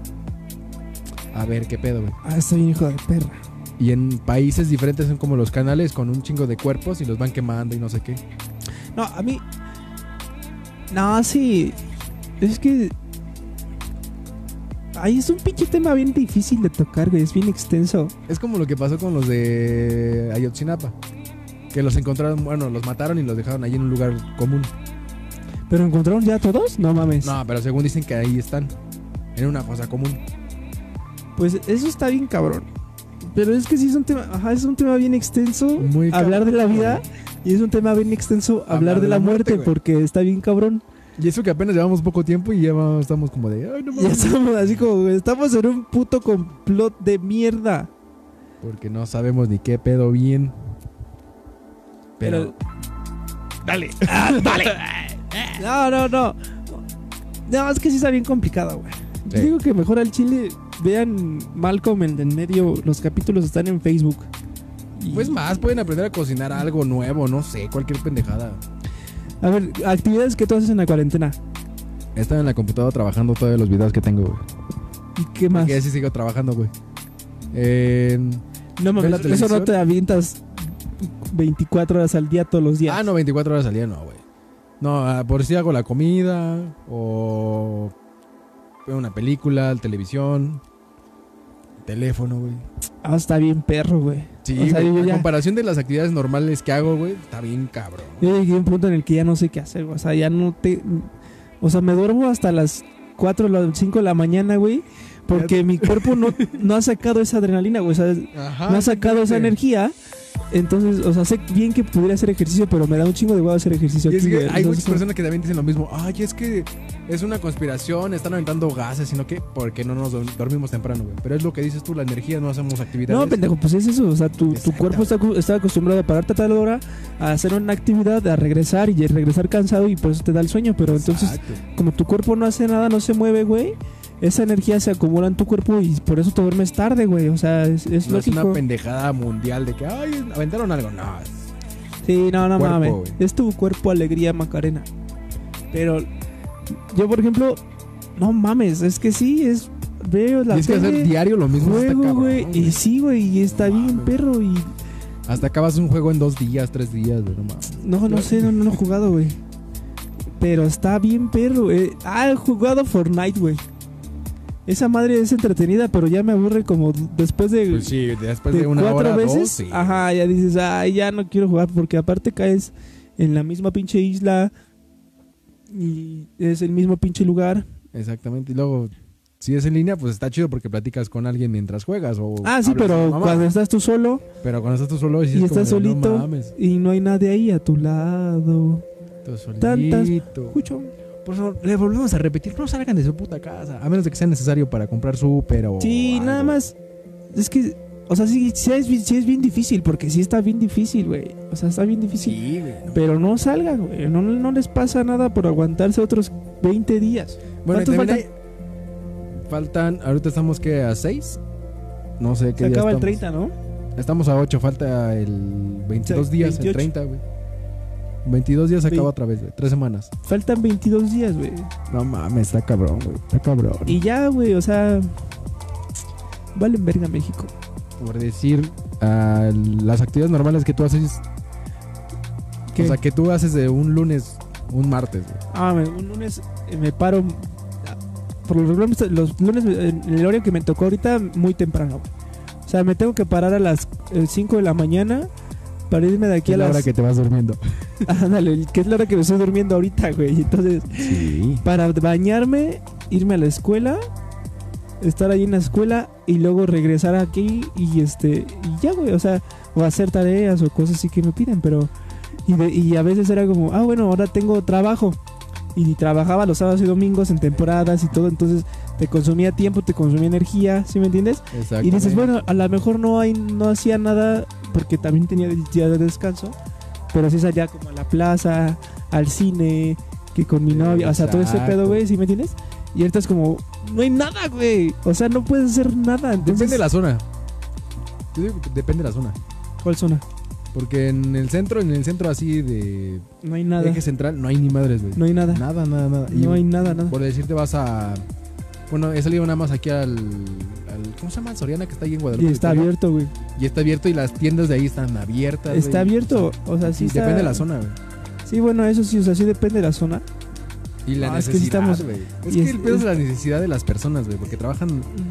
[SPEAKER 1] a ver qué pedo, güey.
[SPEAKER 3] Ah, está bien, hijo de perra.
[SPEAKER 1] Y en países diferentes son como los canales con un chingo de cuerpos y los van quemando y no sé qué.
[SPEAKER 3] No, a mí. No, sí. Es que. Ahí es un pinche tema bien difícil de tocar, güey. Es bien extenso.
[SPEAKER 1] Es como lo que pasó con los de Ayotzinapa. Que los encontraron, bueno, los mataron y los dejaron allí en un lugar común.
[SPEAKER 3] ¿Pero encontraron ya todos? No mames.
[SPEAKER 1] No, pero según dicen que ahí están. En una fosa común.
[SPEAKER 3] Pues eso está bien cabrón. Pero es que sí es un tema. Ajá, es un tema bien extenso.
[SPEAKER 1] Muy
[SPEAKER 3] hablar
[SPEAKER 1] cabrón,
[SPEAKER 3] de la vida. Y es un tema bien extenso hablar, de la, muerte,
[SPEAKER 1] güey.
[SPEAKER 3] porque está bien cabrón.
[SPEAKER 1] Y eso que apenas llevamos poco tiempo y ya vamos- estamos como de. Ay, no
[SPEAKER 3] Ya
[SPEAKER 1] mames.
[SPEAKER 3] estamos así como, güey, estamos en un puto complot de mierda.
[SPEAKER 1] Porque no sabemos ni qué pedo bien. Pero. Ah,
[SPEAKER 2] Dale.
[SPEAKER 3] No, no, no. No, es que sí está bien complicado, güey. Yo
[SPEAKER 1] Sí.
[SPEAKER 3] Digo que mejor al chile vean Malcolm en, en medio. Los capítulos están en Facebook. Y-
[SPEAKER 1] Pues más, pueden aprender a cocinar algo nuevo, no sé, cualquier pendejada.
[SPEAKER 3] A ver, actividades que tú haces en la cuarentena.
[SPEAKER 1] Estaba en la computadora trabajando todavía los videos que tengo, güey.
[SPEAKER 3] ¿Y qué más?
[SPEAKER 1] Que así sigo trabajando, güey. Eh,
[SPEAKER 3] No
[SPEAKER 1] ¿Ves la
[SPEAKER 3] mames, eso no
[SPEAKER 1] televisión?
[SPEAKER 3] te avientas 24 horas al día todos los días.
[SPEAKER 1] ah, no, 24 horas al día, no, güey. No, ah, por si hago la comida o veo una película, televisión, teléfono, güey.
[SPEAKER 3] Ah, está bien perro, güey.
[SPEAKER 1] Sí,
[SPEAKER 3] O sea,
[SPEAKER 1] güey,
[SPEAKER 3] yo
[SPEAKER 1] a
[SPEAKER 3] ya-
[SPEAKER 1] comparación de las actividades normales que hago, güey, está bien cabrón.
[SPEAKER 3] Yo llegué a un punto en el que ya no sé qué hacer, güey. O sea, ya no te. O sea, me duermo hasta las 4 o 5 de la mañana, güey. Porque mi cuerpo no, no ha sacado esa adrenalina, güey. O sea,
[SPEAKER 1] Ajá.
[SPEAKER 3] no ha sacado esa energía. Entonces, o sea, sé bien que pudiera hacer ejercicio, pero me da un chingo de huevo hacer ejercicio.
[SPEAKER 1] Y es
[SPEAKER 3] aquí,
[SPEAKER 1] que
[SPEAKER 3] güey.
[SPEAKER 1] hay muchas
[SPEAKER 3] Entonces,
[SPEAKER 1] personas que también dicen lo mismo. Ay, es que es una conspiración, están aventando gases, sino que porque no nos do- dormimos temprano, güey. Pero es lo que dices tú, la energía, no hacemos actividades.
[SPEAKER 3] No, pendejo, pues es eso. O sea, tu, tu
[SPEAKER 1] Exacto.
[SPEAKER 3] cuerpo está, acu- está acostumbrado a pararte a tal hora, a hacer una actividad, a regresar y regresar cansado y por eso te da el sueño. Pero entonces,
[SPEAKER 1] Exacto.
[SPEAKER 3] como tu cuerpo no hace nada, no se mueve, güey, esa energía se acumula en tu cuerpo y por eso te duermes tarde, güey. O sea, es, es
[SPEAKER 1] no es
[SPEAKER 3] lógico.
[SPEAKER 1] una pendejada mundial de que, ay, aventaron algo. No, es-
[SPEAKER 3] Sí, no, no
[SPEAKER 1] Cuerpo,
[SPEAKER 3] mames.
[SPEAKER 1] güey.
[SPEAKER 3] Es tu cuerpo alegría, Macarena. Pero yo, por ejemplo, no mames, es que sí, es. Veo la
[SPEAKER 1] y es que hacer
[SPEAKER 3] tele,
[SPEAKER 1] diario lo mismo está
[SPEAKER 3] juego,
[SPEAKER 1] cabrón,
[SPEAKER 3] güey.
[SPEAKER 1] güey.
[SPEAKER 3] Y sí, güey, y está
[SPEAKER 1] No
[SPEAKER 3] bien,
[SPEAKER 1] mames.
[SPEAKER 3] perro. Y
[SPEAKER 1] Hasta acabas un juego en dos días, tres días, güey, no mames.
[SPEAKER 3] no, no sé, no, no lo he jugado, güey. Pero está bien, perro. eh. Ah, he jugado Fortnite, güey. Esa madre es entretenida, pero ya me aburre como después de.
[SPEAKER 1] Pues sí, después
[SPEAKER 3] de
[SPEAKER 1] de, una
[SPEAKER 3] cuatro
[SPEAKER 1] hora,
[SPEAKER 3] veces,
[SPEAKER 1] dos, sí.
[SPEAKER 3] ajá, ya dices, ay, ya no quiero jugar porque aparte caes en la misma pinche isla y es el mismo pinche lugar,
[SPEAKER 1] Exactamente. Y luego, si es en línea, pues está chido porque platicas con alguien mientras juegas. O
[SPEAKER 3] Ah,
[SPEAKER 1] hablas
[SPEAKER 3] sí,
[SPEAKER 1] con
[SPEAKER 3] pero
[SPEAKER 1] tu mamá.
[SPEAKER 3] cuando estás tú solo
[SPEAKER 1] Pero cuando estás tú solo, sí
[SPEAKER 3] y
[SPEAKER 1] es como
[SPEAKER 3] estás
[SPEAKER 1] de, no
[SPEAKER 3] solito
[SPEAKER 1] mames,
[SPEAKER 3] y no hay nadie ahí a tu lado.
[SPEAKER 1] tú
[SPEAKER 3] Tantas-
[SPEAKER 1] solito.
[SPEAKER 3] Escucho.
[SPEAKER 1] Por favor, le volvemos a repetir, no salgan de su puta casa. A menos de que sea necesario para comprar súper o
[SPEAKER 3] Sí,
[SPEAKER 1] Oh, algo.
[SPEAKER 3] nada más. Es que, o sea, sí, sí es, bi- sí es bien difícil, porque sí está bien difícil, güey. O sea, está bien difícil.
[SPEAKER 1] Sí, güey. no.
[SPEAKER 3] Pero no salgan, güey. No, no les pasa nada por aguantarse otros 20 días.
[SPEAKER 1] Bueno, y
[SPEAKER 3] ¿Cuántos
[SPEAKER 1] también hay- faltan, ahorita estamos que a 6. No sé qué
[SPEAKER 3] Se
[SPEAKER 1] día
[SPEAKER 3] acaba el
[SPEAKER 1] estamos.
[SPEAKER 3] 30, ¿no?
[SPEAKER 1] Estamos a 8, falta el 22
[SPEAKER 3] Sí,
[SPEAKER 1] días,
[SPEAKER 3] 28.
[SPEAKER 1] el 30, güey. 22 días se acaba
[SPEAKER 3] Ve-
[SPEAKER 1] otra vez, güey. Tres semanas.
[SPEAKER 3] Faltan 22 días, güey.
[SPEAKER 1] No mames, está cabrón, güey. Está cabrón.
[SPEAKER 3] Y ya, güey, o sea. Valen verga México.
[SPEAKER 1] por decir a las actividades normales que tú haces.
[SPEAKER 3] ¿Qué?
[SPEAKER 1] O sea, que tú haces de un lunes, un martes. güey.
[SPEAKER 3] Ah, me- un lunes eh, me paro. ah, Por los lunes, los lunes, eh, en el horario que me tocó ahorita, muy temprano. O sea, me tengo que parar a las 5 de la mañana para irme de aquí a
[SPEAKER 1] Es la hora
[SPEAKER 3] las.
[SPEAKER 1] que te vas durmiendo.
[SPEAKER 3] Ándale, que es la hora que me estoy durmiendo ahorita, güey. Entonces,
[SPEAKER 2] Sí.
[SPEAKER 3] para bañarme, irme a la escuela, estar ahí en la escuela y luego regresar aquí y este y ya, güey, o sea, o hacer tareas o cosas así que me piden, pero y, de- y a veces era como, ah, bueno, ahora tengo trabajo y trabajaba los sábados y domingos en temporadas y todo, entonces te consumía tiempo, te consumía energía, ¿sí me entiendes?
[SPEAKER 1] Exacto.
[SPEAKER 3] Y dices, bueno, a lo mejor no hay, no hacía nada porque también tenía el día de descanso, pero sí salía como a la plaza, al cine, que con mi novia, o sea, todo ese
[SPEAKER 1] Exacto.
[SPEAKER 3] pedo, güey, ¿sí me entiendes? Y ahorita es como, no hay nada, güey, o sea, no puedes hacer nada. Entonces,
[SPEAKER 1] Depende de la zona. Yo digo que depende de la zona.
[SPEAKER 3] ¿Cuál zona?
[SPEAKER 1] Porque en el centro, en el centro así de
[SPEAKER 3] No hay nada,
[SPEAKER 1] eje central, no hay ni madres, güey.
[SPEAKER 3] no hay nada,
[SPEAKER 1] Nada, nada, nada. Y
[SPEAKER 3] no hay nada, nada.
[SPEAKER 1] Por decirte, vas a. Bueno, he salido nada más aquí al. al- ¿Cómo se llama? El Soriana que está ahí en
[SPEAKER 3] Y
[SPEAKER 1] Guadalupe.
[SPEAKER 3] está
[SPEAKER 1] Victoria.
[SPEAKER 3] abierto, güey.
[SPEAKER 1] Y está abierto y las tiendas de ahí están abiertas. güey.
[SPEAKER 3] Está abierto, o sea, sí
[SPEAKER 1] Y
[SPEAKER 3] está-
[SPEAKER 1] Depende de la zona, güey.
[SPEAKER 3] Sí, bueno, eso sí, o sea, sí depende de la zona.
[SPEAKER 1] Y la
[SPEAKER 3] Ah, es que sí
[SPEAKER 1] necesidad,
[SPEAKER 3] estamos-
[SPEAKER 1] güey. Es
[SPEAKER 3] y
[SPEAKER 1] que
[SPEAKER 3] es-
[SPEAKER 1] el pedo es
[SPEAKER 3] es-
[SPEAKER 1] la necesidad de las personas, güey. Porque trabajan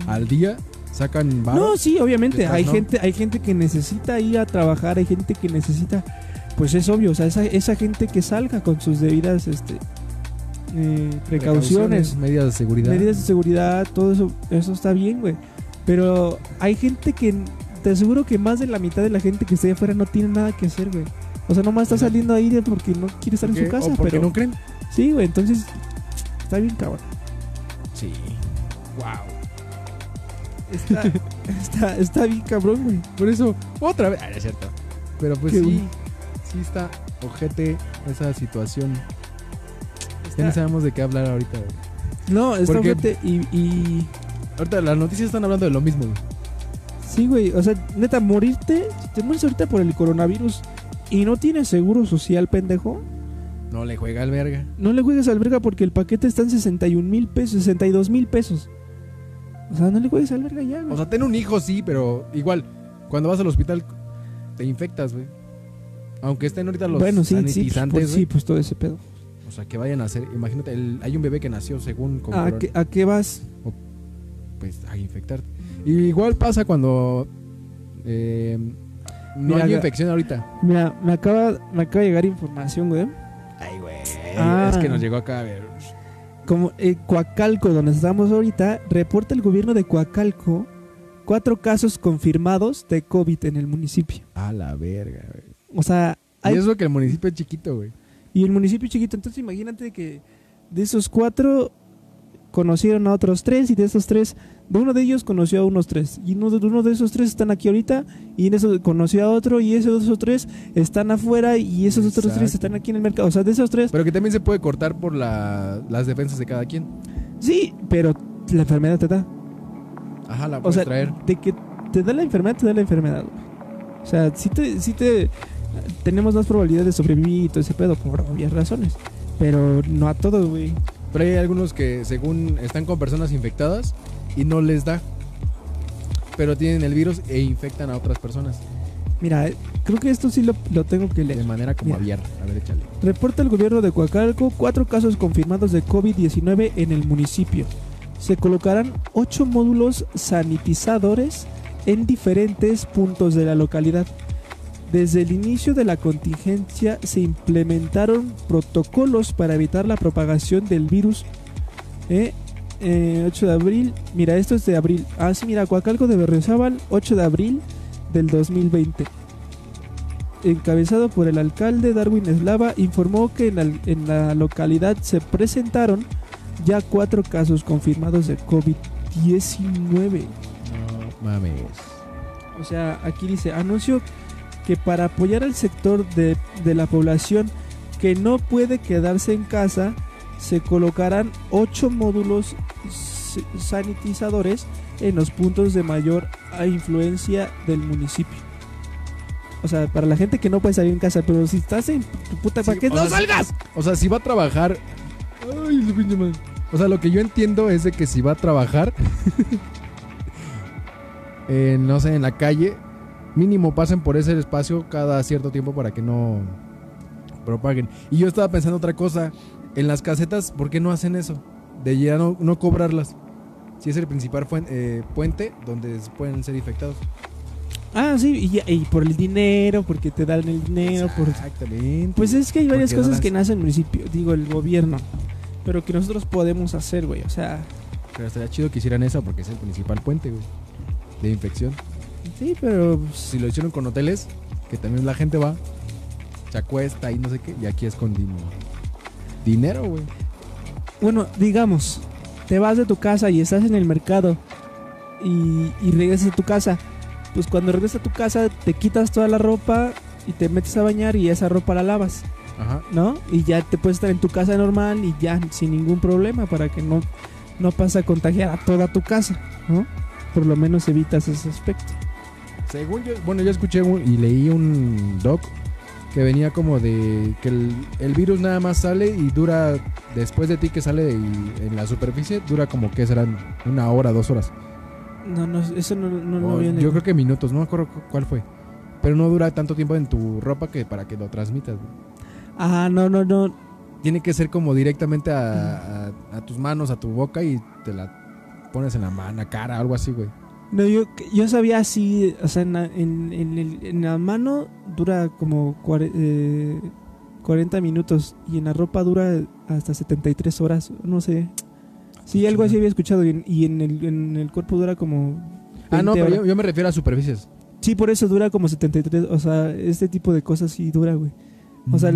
[SPEAKER 1] al día, sacan varo.
[SPEAKER 3] No, sí, obviamente.
[SPEAKER 1] Detrás,
[SPEAKER 3] Hay
[SPEAKER 1] ¿no?
[SPEAKER 3] gente, hay gente que necesita ir a trabajar, hay gente que necesita. Pues es obvio, o sea, esa, esa gente que salga con sus debidas este, eh, precauciones,
[SPEAKER 1] Medidas de seguridad.
[SPEAKER 3] medidas de seguridad, todo eso, eso está bien, güey. Pero hay gente que, te aseguro que más de la mitad de la gente que está ahí afuera no tiene nada que hacer, güey. O sea, nomás está
[SPEAKER 1] Exacto.
[SPEAKER 3] saliendo ahí de porque no quiere estar en
[SPEAKER 1] Porque-
[SPEAKER 3] su
[SPEAKER 1] o
[SPEAKER 3] casa,
[SPEAKER 1] porque
[SPEAKER 3] pero.
[SPEAKER 1] no creen.
[SPEAKER 3] Sí, güey, entonces está bien, cabrón.
[SPEAKER 1] Sí. Wow.
[SPEAKER 3] Está, está, está bien, cabrón, güey.
[SPEAKER 1] Por eso, otra vez. Ah, no es cierto. Pero pues
[SPEAKER 3] Qué
[SPEAKER 1] sí,
[SPEAKER 3] bueno.
[SPEAKER 1] sí está ojete esa situación. Ya
[SPEAKER 3] Está-
[SPEAKER 1] no sabemos de qué hablar ahorita, güey.
[SPEAKER 3] no, está
[SPEAKER 1] Porque-
[SPEAKER 3] fuerte y- y
[SPEAKER 1] Ahorita las noticias están hablando de lo mismo, güey.
[SPEAKER 3] Sí, güey. O sea, neta, morirte. Si te mueres ahorita por el coronavirus y no tienes seguro social, pendejo,
[SPEAKER 1] No le juega al verga.
[SPEAKER 3] no le juegues al verga porque el paquete está en 61 mil pesos, 62 mil pesos. O sea, no le juegues al verga ya, güey.
[SPEAKER 1] O sea, ten un hijo, sí, pero igual, cuando vas al hospital, te infectas, güey. Aunque estén ahorita los
[SPEAKER 3] bueno, sí, sí, pues,
[SPEAKER 1] sanitizantes,
[SPEAKER 3] pues, sí, pues todo ese pedo.
[SPEAKER 1] güey. O sea, que vayan a hacer. Imagínate, el- hay un bebé que nació según con
[SPEAKER 3] Ah, ¿A
[SPEAKER 1] corona,
[SPEAKER 3] qué, a qué vas?
[SPEAKER 1] pues a infectarte. Y igual pasa cuando eh, no
[SPEAKER 3] Mira,
[SPEAKER 1] hay
[SPEAKER 3] ga-
[SPEAKER 1] infección ahorita.
[SPEAKER 3] Mira, me acaba, me acaba de llegar información, güey.
[SPEAKER 2] Ay, güey.
[SPEAKER 3] Ah.
[SPEAKER 1] Es que nos llegó acá a ver.
[SPEAKER 3] Como eh, Coacalco, donde estamos ahorita, reporta el gobierno de Coacalco cuatro casos confirmados de COVID en el municipio.
[SPEAKER 1] A la verga, güey.
[SPEAKER 3] O sea, hay
[SPEAKER 1] Y es lo que el municipio es chiquito, güey.
[SPEAKER 3] Y el municipio es chiquito, entonces imagínate que de esos cuatro conocieron a otros tres y de esos tres, de uno de ellos conoció a unos tres. Y uno de, uno de esos tres están aquí ahorita y en eso conoció a otro y esos otros tres están afuera y esos otros tres
[SPEAKER 1] Exacto.
[SPEAKER 3] están aquí en el mercado. O sea, de esos tres,
[SPEAKER 1] Pero que también se puede cortar por la- las defensas de cada quien.
[SPEAKER 3] sí, pero la enfermedad te da.
[SPEAKER 1] Ajá, la
[SPEAKER 3] O
[SPEAKER 1] puedes
[SPEAKER 3] sea,
[SPEAKER 1] traer.
[SPEAKER 3] de que te da la enfermedad, te da la enfermedad. güey. O sea, si te, si te tenemos más probabilidad de sobrevivir y todo ese pedo por obvias razones. Pero no a todos, güey.
[SPEAKER 1] Pero hay algunos que según están con personas infectadas y no les da. Pero tienen el virus e infectan a otras personas.
[SPEAKER 3] Mira, eh, creo que esto sí lo, lo tengo que
[SPEAKER 1] De
[SPEAKER 3] leer.
[SPEAKER 1] manera como
[SPEAKER 3] Mira.
[SPEAKER 1] abierta. A ver, échale.
[SPEAKER 3] Reporta el gobierno de Coacalco cuatro casos confirmados de COVID-19 en el municipio. Se colocarán ocho módulos sanitizadores en diferentes puntos de la localidad. Desde el inicio de la contingencia se implementaron protocolos para evitar la propagación del virus. ¿eh? eh, 8 de abril. Mira, esto es de abril. Ah, sí, mira, Coacalco de Berriozábal, 8 de abril del 2020. Encabezado por el alcalde Darwin Eslava, informó que en la, en la localidad se presentaron ya cuatro casos confirmados de COVID-19.
[SPEAKER 2] No mames.
[SPEAKER 3] O sea, aquí dice, anuncio que para apoyar al sector de, de la población que no puede quedarse en casa, se colocarán 8 módulos s- sanitizadores en los puntos de mayor a influencia del municipio. O sea, para la gente que no puede salir en casa, pero si estás en tu puta
[SPEAKER 1] Sí,
[SPEAKER 3] ¿para qué
[SPEAKER 1] o
[SPEAKER 3] no
[SPEAKER 1] sea,
[SPEAKER 3] salgas?
[SPEAKER 1] O sea, si va a trabajar. Ay, la pinche madre. O sea, lo que yo entiendo es de que si va a trabajar. eh, no sé, en la calle. Mínimo pasen por ese espacio cada cierto tiempo para que no propaguen. Y yo estaba pensando otra cosa. En las casetas, ¿por qué no hacen eso? De ya no, no cobrarlas. Si es el principal fuen- eh, puente donde se pueden ser infectados.
[SPEAKER 3] Ah, sí, y, y por el dinero, porque te dan el dinero, por...
[SPEAKER 1] Exactamente.
[SPEAKER 3] Pues es que hay varias
[SPEAKER 1] Porque no
[SPEAKER 3] cosas
[SPEAKER 1] las-
[SPEAKER 3] que nace el municipio, digo, el gobierno, pero que nosotros podemos hacer, güey. O sea,
[SPEAKER 1] Pero estaría chido que hicieran eso porque es el principal puente, güey. De infección.
[SPEAKER 3] sí, pero... pues,
[SPEAKER 1] si lo hicieron con hoteles, que también la gente va, se acuesta y no sé qué, y aquí es con dinero. Dinero, güey.
[SPEAKER 3] Bueno, digamos, te vas de tu casa y estás en el mercado y, y regresas a tu casa. Pues cuando regresas a tu casa te quitas toda la ropa y te metes a bañar y esa ropa la lavas,
[SPEAKER 1] Ajá.
[SPEAKER 3] ¿no? Y ya te puedes estar en tu casa normal y ya sin ningún problema para que no, no pase a contagiar a toda tu casa, ¿no? Por lo menos evitas ese aspecto.
[SPEAKER 1] Según yo, bueno, yo escuché un- y leí un doc que venía como de que el, el virus nada más sale y dura, después de ti que sale y en la superficie, dura como que serán una hora, dos horas.
[SPEAKER 3] No, no, eso no, no
[SPEAKER 1] O
[SPEAKER 3] lo viene.
[SPEAKER 1] yo creo que minutos, no me acuerdo cu- cuál fue. Pero no dura tanto tiempo en tu ropa que para que lo transmitas. güey.
[SPEAKER 3] Ah, no, no, no.
[SPEAKER 1] Tiene que ser como directamente a, a- a tus manos, a tu boca y te la pones en la mano, cara, algo así, güey. Ah,
[SPEAKER 3] No, yo, yo sabía así, o sea, en la, en, en el- en la mano dura como cuare- eh, 40 minutos y en la ropa dura hasta 73 horas, no sé. Sí, algo así había escuchado y en, y en el, en el cuerpo dura como...
[SPEAKER 1] Ah, no,
[SPEAKER 3] 20
[SPEAKER 1] pero
[SPEAKER 3] horas.
[SPEAKER 1] yo, yo me refiero a superficies.
[SPEAKER 3] Sí, por eso dura como 73, o sea, este tipo de cosas sí dura, güey. O sea, el-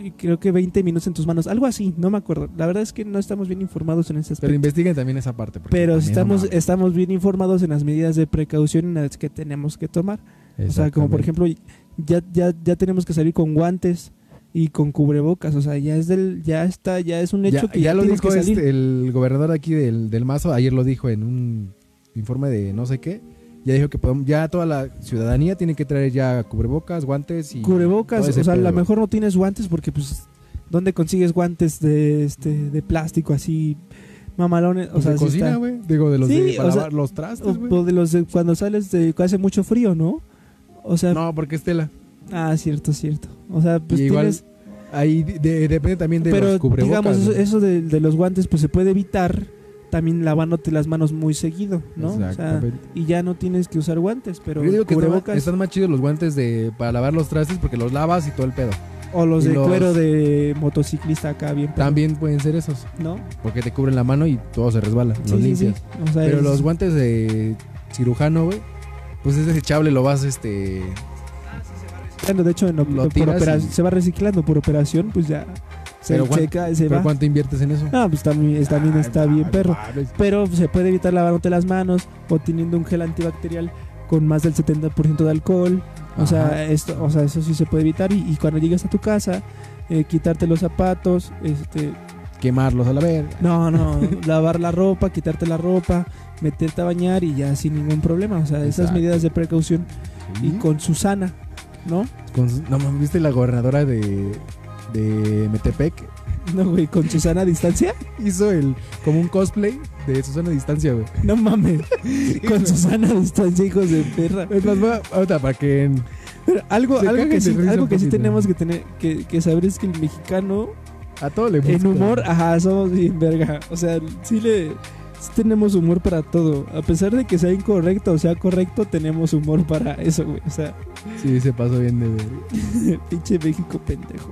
[SPEAKER 1] Mm.
[SPEAKER 3] y creo que 20 minutos en tus manos, algo así, no me acuerdo. La verdad es que no estamos bien informados en ese aspecto.
[SPEAKER 1] Pero investiguen también esa parte. porque
[SPEAKER 3] Pero
[SPEAKER 1] también
[SPEAKER 3] estamos,
[SPEAKER 1] no mames.
[SPEAKER 3] estamos bien informados en las medidas de precaución en las que tenemos que tomar. O sea, como por
[SPEAKER 1] Exactamente.
[SPEAKER 3] ejemplo, ya, ya, ya tenemos que salir con guantes y con cubrebocas. O sea, ya es del, ya está, ya es un hecho
[SPEAKER 1] ya,
[SPEAKER 3] que
[SPEAKER 1] ya lo
[SPEAKER 3] tienes
[SPEAKER 1] dijo
[SPEAKER 3] que salir.
[SPEAKER 1] este, el gobernador aquí del, del Mazo, ayer lo dijo en un informe de no sé qué. Ya dijo que podemos- ya toda la ciudadanía tiene que traer ya cubrebocas, guantes y.
[SPEAKER 3] cubrebocas,
[SPEAKER 1] todo ese
[SPEAKER 3] o sea, a lo
[SPEAKER 1] pedo.
[SPEAKER 3] mejor no tienes guantes porque pues ¿dónde consigues guantes de este de plástico así mamalones? O
[SPEAKER 1] Pues
[SPEAKER 3] sea,
[SPEAKER 1] de
[SPEAKER 3] sí
[SPEAKER 1] cocina,
[SPEAKER 3] está-
[SPEAKER 1] güey. Digo, de los
[SPEAKER 3] Sí,
[SPEAKER 1] de para
[SPEAKER 3] o sea,
[SPEAKER 1] lavar los trastes,
[SPEAKER 3] o,
[SPEAKER 1] güey.
[SPEAKER 3] o de los de cuando sales de hace mucho frío, ¿no? O sea,
[SPEAKER 1] No, porque es tela.
[SPEAKER 3] ah, cierto, cierto. O sea, pues
[SPEAKER 1] Y igual
[SPEAKER 3] tienes
[SPEAKER 1] Ahí de- de- depende también de
[SPEAKER 3] pero
[SPEAKER 1] los cubrebocas.
[SPEAKER 3] digamos eso,
[SPEAKER 1] güey.
[SPEAKER 3] eso de, de los guantes pues se puede evitar también lavándote las manos muy seguido, ¿no? O sea,
[SPEAKER 1] Exactamente.
[SPEAKER 3] y ya no tienes que usar guantes, pero
[SPEAKER 1] Yo digo que están,
[SPEAKER 3] cubrebocas
[SPEAKER 1] están más chidos los guantes de para lavar los trastes porque los lavas y todo el pedo.
[SPEAKER 3] o los
[SPEAKER 1] y
[SPEAKER 3] de
[SPEAKER 1] los-
[SPEAKER 3] cuero de motociclista acá bien,
[SPEAKER 1] También pueden ser esos,
[SPEAKER 3] ¿no?
[SPEAKER 1] porque te cubren la mano y todo se resbala, los limpias.
[SPEAKER 3] O sea,
[SPEAKER 1] Pero
[SPEAKER 3] es-
[SPEAKER 1] los guantes de cirujano, güey, pues es desechable, lo vas este
[SPEAKER 3] Bueno, de hecho, en-
[SPEAKER 1] Lo
[SPEAKER 3] por
[SPEAKER 1] tiras
[SPEAKER 3] opera-
[SPEAKER 1] y-
[SPEAKER 3] se va reciclando por operación, pues ya se
[SPEAKER 1] Pero guan-
[SPEAKER 3] checa, se
[SPEAKER 1] pero
[SPEAKER 3] va.
[SPEAKER 1] cuánto inviertes en eso?
[SPEAKER 3] Ah, pues también, es- también
[SPEAKER 2] Ay,
[SPEAKER 3] está bien,
[SPEAKER 2] mames,
[SPEAKER 3] perro.
[SPEAKER 2] mames.
[SPEAKER 3] Pero se puede evitar lavándote las manos o teniendo un gel antibacterial con más del 70% de alcohol. O
[SPEAKER 1] Ajá.
[SPEAKER 3] sea, esto, o sea, eso sí se puede evitar. Y, y cuando llegas a tu casa, eh, quitarte los zapatos, este,
[SPEAKER 1] quemarlos a la verga.
[SPEAKER 3] no, no, lavar la ropa, quitarte la ropa, meterte a bañar y ya sin ningún problema. O sea, esas
[SPEAKER 1] Exacto.
[SPEAKER 3] medidas de precaución y
[SPEAKER 1] Sí.
[SPEAKER 3] con Susana, ¿no?
[SPEAKER 1] Con- no mames, ¿viste la gobernadora de de Metepec?
[SPEAKER 3] No, güey, con Susana a distancia.
[SPEAKER 1] Hizo el como un cosplay de Susana a distancia, güey.
[SPEAKER 3] No mames. Con Susana a distancia, hijos de perra.
[SPEAKER 1] Es más, va- ahorita para que
[SPEAKER 3] Pero algo,
[SPEAKER 1] Se
[SPEAKER 3] algo
[SPEAKER 1] cagan
[SPEAKER 3] que
[SPEAKER 1] de
[SPEAKER 3] sí,
[SPEAKER 1] risa
[SPEAKER 3] algo
[SPEAKER 1] un
[SPEAKER 3] que sí
[SPEAKER 1] poquito.
[SPEAKER 3] tenemos que tener, que, que saber es que el mexicano,
[SPEAKER 1] a todo le
[SPEAKER 3] en
[SPEAKER 1] gusta.
[SPEAKER 3] humor, ah. ajá, somos bien verga. O sea, sí le sí tenemos humor para todo. A pesar de que sea incorrecto o sea correcto, tenemos humor para eso, güey. O sea,
[SPEAKER 1] Sí, se pasó bien de verga.
[SPEAKER 3] pinche México pendejo.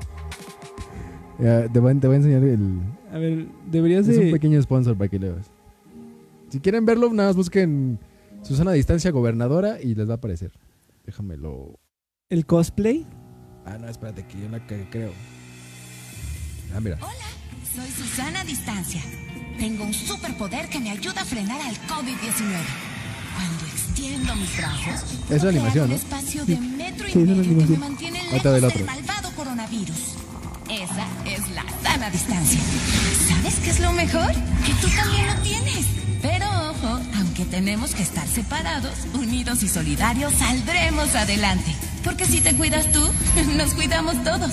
[SPEAKER 1] Eh, te, voy, a- te voy a enseñar el.
[SPEAKER 3] A ver, deberías
[SPEAKER 1] Es un
[SPEAKER 3] de.
[SPEAKER 1] pequeño sponsor para que lo veas. Si quieren verlo, nada más busquen Susana Distancia Gobernadora y les va a aparecer. Déjamelo.
[SPEAKER 3] El cosplay.
[SPEAKER 1] Ah, no, espérate, que yo la que creo. Ah, mira.
[SPEAKER 4] Soy Susana Distancia. Tengo un superpoder que me ayuda a frenar al COVID-19. Cuando extiendo mis brazos, puedo
[SPEAKER 1] Es la
[SPEAKER 4] crear
[SPEAKER 1] animación,
[SPEAKER 4] un
[SPEAKER 1] ¿no?
[SPEAKER 4] espacio de metro y
[SPEAKER 3] Sí, es una
[SPEAKER 4] medio que me
[SPEAKER 3] animación.
[SPEAKER 4] mantiene
[SPEAKER 1] está del
[SPEAKER 4] lejos del
[SPEAKER 1] otro.
[SPEAKER 4] malvado coronavirus. Esa es la sana distancia. ¿Sabes qué es lo mejor? Que tú también lo tienes. Pero ojo, aunque tenemos que estar separados, unidos y solidarios, saldremos adelante. Porque si te cuidas tú, nos cuidamos todos.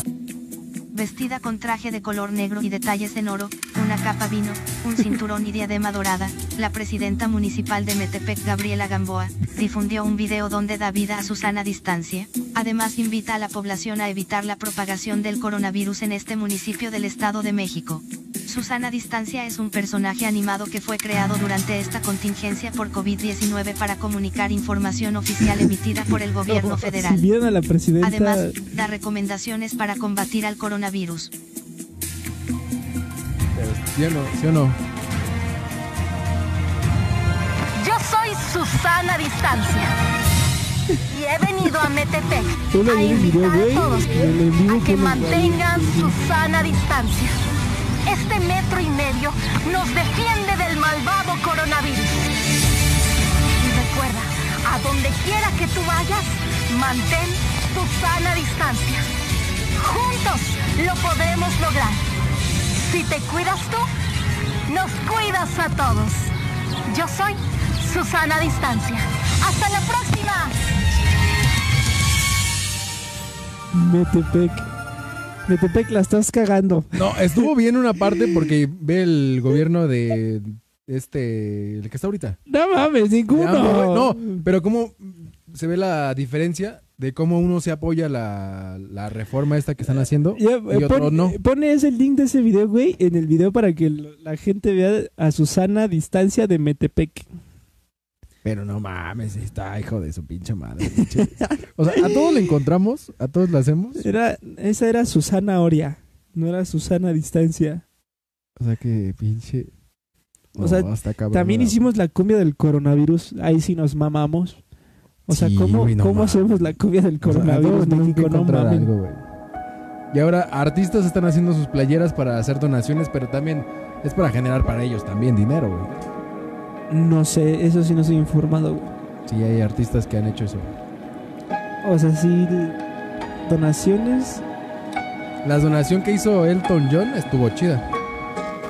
[SPEAKER 5] Vestida con traje de color negro y detalles en oro, una capa vino, un cinturón y diadema dorada, la presidenta municipal de Metepec, Gabriela Gamboa, difundió un video donde da vida a Susana Distancia. Además, invita a la población a evitar la propagación del coronavirus en este municipio del Estado de México. Susana Distancia es un personaje animado que fue creado durante esta contingencia por COVID-19 para comunicar información oficial emitida por el gobierno federal.
[SPEAKER 3] Si vieron a la presidenta.
[SPEAKER 5] Además, da recomendaciones para combatir al coronavirus.
[SPEAKER 1] ¿Sí o no? ¿Sí o no?
[SPEAKER 6] Yo soy Susana Distancia. Y he venido a Metepec
[SPEAKER 3] Tú la
[SPEAKER 6] a
[SPEAKER 3] vi en el video,
[SPEAKER 6] invitar
[SPEAKER 3] güey,
[SPEAKER 6] a todos
[SPEAKER 3] y en el en vivo
[SPEAKER 6] a
[SPEAKER 3] fue
[SPEAKER 6] que
[SPEAKER 3] una-
[SPEAKER 6] mantengan su sana distancia. Este metro y medio nos defiende del malvado coronavirus. Y recuerda, a donde quiera que tú vayas, mantén tu sana distancia. Juntos lo podremos lograr. Si te cuidas tú, nos cuidas a todos. Yo soy Susana Distancia. ¡Hasta la próxima!
[SPEAKER 3] Metepec. Metepec, la estás cagando.
[SPEAKER 1] No, estuvo bien una parte porque ve el gobierno de este, el que está ahorita.
[SPEAKER 3] No mames,
[SPEAKER 1] De AMLO,
[SPEAKER 3] ninguno.
[SPEAKER 1] güey. No, pero cómo se ve la diferencia de cómo uno se apoya la, la reforma esta que están haciendo
[SPEAKER 3] Ya,
[SPEAKER 1] y
[SPEAKER 3] eh,
[SPEAKER 1] otro
[SPEAKER 3] pon-
[SPEAKER 1] no.
[SPEAKER 3] Pone ese link de ese video, güey, en el video para que lo- la gente vea a Susana a distancia de Metepec.
[SPEAKER 1] Pero no mames, está hijo de su pinche madre. pinche- O sea, a todos le encontramos, a todos le hacemos.
[SPEAKER 3] Era, esa era Susana Oria, no era Susana a distancia.
[SPEAKER 1] O sea que pinche.
[SPEAKER 3] O sea,
[SPEAKER 1] está cabrón,
[SPEAKER 3] También
[SPEAKER 1] la-
[SPEAKER 3] hicimos la cumbia del coronavirus, ahí sí nos mamamos. O sea,
[SPEAKER 1] Sí,
[SPEAKER 3] ¿cómo,
[SPEAKER 1] güey, no
[SPEAKER 3] cómo
[SPEAKER 1] mames.
[SPEAKER 3] hacemos la cumbia del
[SPEAKER 1] O sea, a todos
[SPEAKER 3] coronavirus,
[SPEAKER 1] tienen que
[SPEAKER 3] México? No
[SPEAKER 1] encontrar
[SPEAKER 3] mames.
[SPEAKER 1] algo, güey. Y ahora artistas están haciendo sus playeras para hacer donaciones, pero también es para generar para ellos también dinero, güey.
[SPEAKER 3] No sé, eso sí no soy informado, güey.
[SPEAKER 1] Sí, hay artistas que han hecho eso.
[SPEAKER 3] O sea, sí, donaciones.
[SPEAKER 1] La donación que hizo Elton John estuvo chida.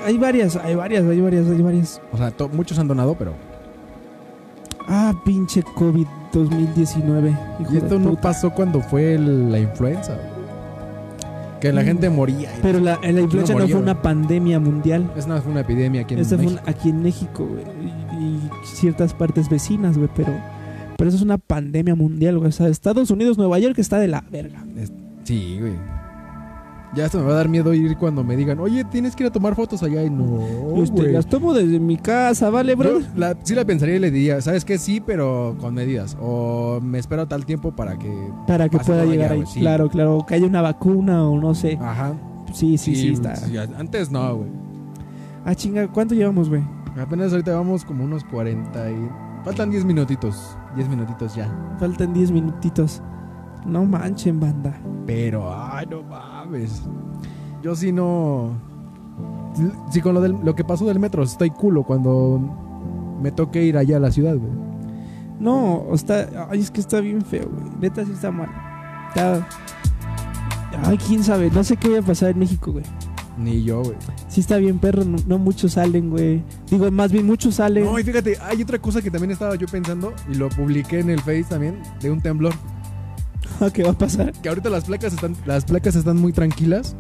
[SPEAKER 3] Hay varias, hay varias, hay varias, hay varias.
[SPEAKER 1] O sea, to- muchos han donado, pero.
[SPEAKER 3] Ah, pinche COVID 2019. hijo
[SPEAKER 1] Y
[SPEAKER 3] de
[SPEAKER 1] esto no
[SPEAKER 3] puta.
[SPEAKER 1] pasó cuando fue el- la influenza. güey. Que la
[SPEAKER 3] Mm.
[SPEAKER 1] gente moría. y-
[SPEAKER 3] Pero la, la influenza no,
[SPEAKER 1] murió,
[SPEAKER 3] fue
[SPEAKER 1] güey.
[SPEAKER 3] una pandemia mundial.
[SPEAKER 1] Es nada, fue una epidemia aquí en
[SPEAKER 3] Esta fue
[SPEAKER 1] México.
[SPEAKER 3] una- aquí en México, güey, y, y ciertas partes vecinas, güey, pero, pero eso es una pandemia mundial, güey. O sea, Estados Unidos, Nueva York está de la verga.
[SPEAKER 1] Sí, güey. Ya hasta me va a dar miedo ir cuando me digan, oye, tienes que ir a tomar fotos allá. Y no,
[SPEAKER 3] Este,
[SPEAKER 1] güey.
[SPEAKER 3] las tomo desde mi casa, ¿vale, bro?
[SPEAKER 1] Yo la- sí la pensaría y le diría, ¿sabes qué? Sí, pero con medidas. O me espero tal tiempo para que...
[SPEAKER 3] Para que
[SPEAKER 1] Pasa
[SPEAKER 3] pueda
[SPEAKER 1] todo
[SPEAKER 3] llegar
[SPEAKER 1] ya,
[SPEAKER 3] ahí.
[SPEAKER 1] güey, sí.
[SPEAKER 3] Claro, claro, o que haya una vacuna o no sé.
[SPEAKER 1] Ajá.
[SPEAKER 3] sí, sí, sí, está.
[SPEAKER 1] sí, antes no, güey.
[SPEAKER 3] Ah, chinga, ¿cuánto llevamos, güey?
[SPEAKER 1] Apenas ahorita vamos como unos 40 y... Faltan 10 minutitos. 10 minutitos ya.
[SPEAKER 3] Faltan 10 minutitos. No manchen, banda.
[SPEAKER 1] Pero, ay, no mames. Yo sí no... Sí, con lo, del, lo que pasó del metro, estoy culo cuando me toque ir allá a la ciudad, güey.
[SPEAKER 3] No, o está. Ay, es que está bien feo, güey. Neta, sí está mal. Está. Ay, quién sabe. No sé qué va a pasar en México, güey.
[SPEAKER 1] Ni yo, güey.
[SPEAKER 3] Sí está bien, perro. No, no muchos salen, güey. Digo, más bien muchos salen.
[SPEAKER 1] No, y fíjate, hay otra cosa que también estaba yo pensando y lo publiqué en el Face también, de un temblor.
[SPEAKER 3] ¿Qué va a pasar?
[SPEAKER 1] que ahorita las placas están las placas están muy tranquilas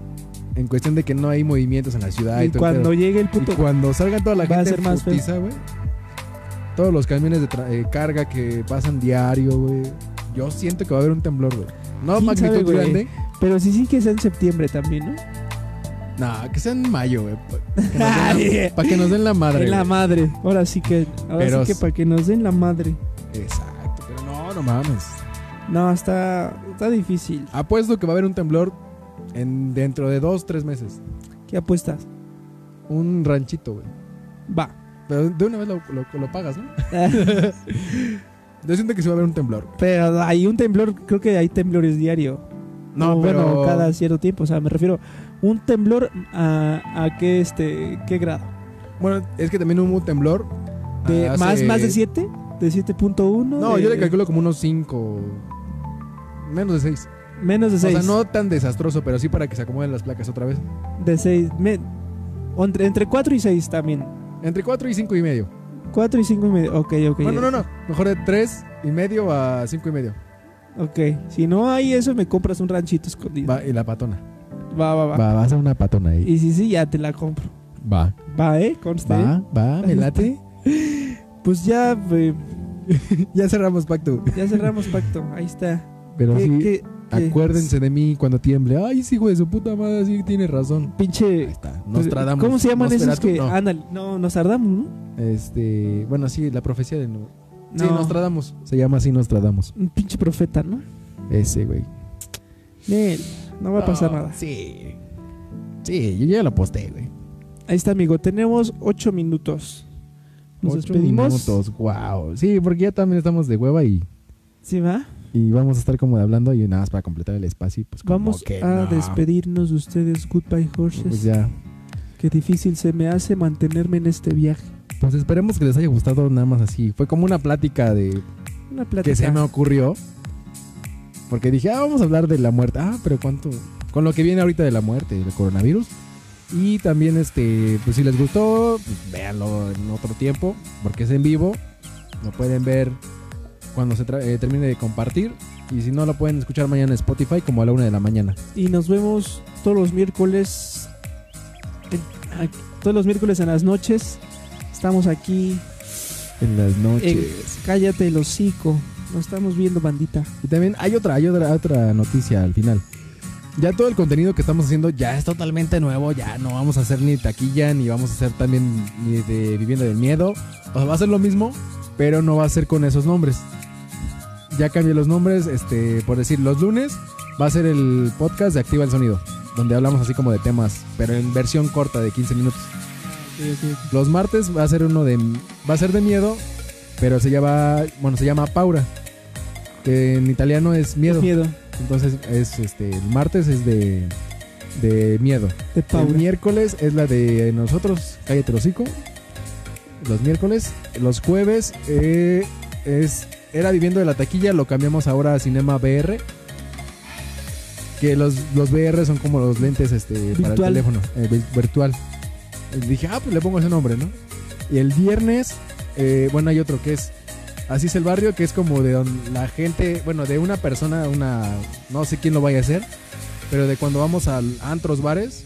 [SPEAKER 1] en cuestión de que no hay movimientos en la ciudad y,
[SPEAKER 3] y
[SPEAKER 1] todo el
[SPEAKER 3] cuando
[SPEAKER 1] pedo.
[SPEAKER 3] llegue el
[SPEAKER 1] Y
[SPEAKER 3] puto.
[SPEAKER 1] cuando salga toda la
[SPEAKER 3] Va a
[SPEAKER 1] gente
[SPEAKER 3] ser
[SPEAKER 1] en
[SPEAKER 3] más feo.
[SPEAKER 1] putiza, güey. Todos los camiones de tra- eh, carga que pasan diario, güey. Yo siento que va a haber un temblor, güey. No
[SPEAKER 3] ¿Quién
[SPEAKER 1] magnitud
[SPEAKER 3] sabe, güey?
[SPEAKER 1] grande.
[SPEAKER 3] Pero sí, sí que sea en septiembre también, ¿no?
[SPEAKER 1] Nah, que sea en mayo, güey.
[SPEAKER 3] Ay,
[SPEAKER 1] Para que nos den la madre.
[SPEAKER 3] en la
[SPEAKER 1] güey.
[SPEAKER 3] madre. Ahora sí que. Ahora
[SPEAKER 1] Pero-
[SPEAKER 3] sí que para que nos den la madre.
[SPEAKER 1] Exacto, pero no, no mames.
[SPEAKER 3] No, está. Está difícil.
[SPEAKER 1] Apuesto que va a haber un temblor En, dentro de dos, tres meses.
[SPEAKER 3] ¿Qué apuestas?
[SPEAKER 1] Un ranchito, güey.
[SPEAKER 3] Va.
[SPEAKER 1] Pero de una vez lo, lo- lo pagas, ¿no? Yo siento que sí va a haber un temblor. güey.
[SPEAKER 3] Pero hay un temblor, creo que hay temblores diario.
[SPEAKER 1] No,
[SPEAKER 3] O,
[SPEAKER 1] pero...
[SPEAKER 3] bueno, cada cierto tiempo, o sea, me refiero un temblor a, a qué este qué grado?
[SPEAKER 1] Bueno, es que también hubo un temblor.
[SPEAKER 3] De
[SPEAKER 1] hace-
[SPEAKER 3] más más de 7, de 7.1.
[SPEAKER 1] Ah, No,
[SPEAKER 3] de-
[SPEAKER 1] yo le calculo como unos 5. Menos de 6.
[SPEAKER 3] menos de
[SPEAKER 1] O
[SPEAKER 3] 6.
[SPEAKER 1] sea, no tan desastroso, pero sí para que se acomoden las placas otra vez.
[SPEAKER 3] de 6, entre, entre 4 y 6 también.
[SPEAKER 1] Entre 4 y 5 y medio.
[SPEAKER 3] 4 y 5 y medio. Ok, ok.
[SPEAKER 1] Bueno, no, no. Mejor de 3 y medio a 5 y medio.
[SPEAKER 3] Ok, si no hay eso me compras un ranchito escondido.
[SPEAKER 1] Va, y la patona.
[SPEAKER 3] va, va. va.
[SPEAKER 1] Va, va a ser una patona ahí.
[SPEAKER 3] Y si sí, ya te la compro.
[SPEAKER 1] Va.
[SPEAKER 3] Va, ¿eh? Conste.
[SPEAKER 1] Va, va, me late.
[SPEAKER 3] Pues ya, eh,
[SPEAKER 1] ya cerramos pacto.
[SPEAKER 3] ya cerramos pacto. Ahí está.
[SPEAKER 1] Pero
[SPEAKER 3] ¿Qué-
[SPEAKER 1] sí,
[SPEAKER 3] qué- qué?
[SPEAKER 1] acuérdense de mí cuando tiemble. Ay, sí, hijo de su puta madre, sí tiene razón. Pues, Ahí
[SPEAKER 3] Pinche... pues,
[SPEAKER 1] está. Nostradamus.
[SPEAKER 3] ¿Cómo se llaman esos
[SPEAKER 1] Nosferatu,
[SPEAKER 3] que
[SPEAKER 1] no.
[SPEAKER 3] ándale? No, nos tardamos, ¿no?
[SPEAKER 1] Este, bueno, sí, la profecía de nuevo. Sí,
[SPEAKER 3] No,
[SPEAKER 1] Nostradamus. Se llama así Nostradamus.
[SPEAKER 3] Un pinche profeta, ¿no?
[SPEAKER 1] Ese, güey.
[SPEAKER 3] Nel, no va a pasar
[SPEAKER 1] Ah,
[SPEAKER 3] nada.
[SPEAKER 1] Sí. Sí, yo ya lo posté, güey.
[SPEAKER 3] Ahí está, amigo. Tenemos ocho minutos. Nos
[SPEAKER 1] Ocho
[SPEAKER 3] despedimos.
[SPEAKER 1] Minutos, wow. Sí, porque ya también estamos de hueva y,
[SPEAKER 3] ¿Sí va?
[SPEAKER 1] y vamos a estar como hablando y nada más para completar el espacio. y Pues como
[SPEAKER 3] Vamos
[SPEAKER 1] que
[SPEAKER 3] a
[SPEAKER 1] no.
[SPEAKER 3] despedirnos de ustedes. Goodbye, horses.
[SPEAKER 1] Pues ya.
[SPEAKER 3] Qué difícil se me hace mantenerme en este viaje.
[SPEAKER 1] Pues esperemos que les haya gustado nada más así. Fue como una plática de
[SPEAKER 3] Una plática.
[SPEAKER 1] que se me ocurrió. Porque dije, ah, vamos a hablar de la muerte. Ah, pero cuánto. Con lo que viene ahorita de la muerte, del coronavirus. Y también, este, pues si les gustó, pues, véanlo en otro tiempo. Porque es en vivo. Lo pueden ver cuando se tra- eh, termine de compartir. Y si no, lo pueden escuchar mañana en Spotify como a la una de la mañana.
[SPEAKER 3] Y nos vemos todos los miércoles. en- aquí- todos los miércoles en las noches. Estamos aquí.
[SPEAKER 1] En las noches.
[SPEAKER 3] en Cállate el hocico. Nos estamos viendo, bandita.
[SPEAKER 1] Y también hay otra, hay otra, otra noticia al final. Ya todo el contenido que estamos haciendo ya es totalmente nuevo, ya no vamos a hacer ni taquilla, ni vamos a hacer también ni de vivienda del miedo. O sea, va a ser lo mismo, pero no va a ser con esos nombres. Ya cambié los nombres, este, por decir, los lunes va a ser el podcast de Activa el Sonido, donde hablamos así como de temas, pero en versión corta de 15 minutos. Los martes va a ser uno de va a ser de miedo, pero se llama, bueno, se llama Paura, que en italiano es miedo.
[SPEAKER 3] Es miedo.
[SPEAKER 1] Entonces es este el martes es de de miedo.
[SPEAKER 3] De Paula.
[SPEAKER 1] El miércoles es la de nosotros, Calle Trocico. Los miércoles, los jueves eh, es era viviendo de la taquilla, lo cambiamos ahora a Cinema VR. Que los, los VR son como los lentes este, para el
[SPEAKER 3] Virtual.
[SPEAKER 1] teléfono, eh, vi- virtual. Y dije, ah, pues le pongo ese nombre, ¿no? Y el viernes, eh, bueno, hay otro que es Así es el barrio, que es como de don- la gente, bueno, de una persona, una, no sé quién lo vaya a hacer, pero de cuando vamos al a antros bares,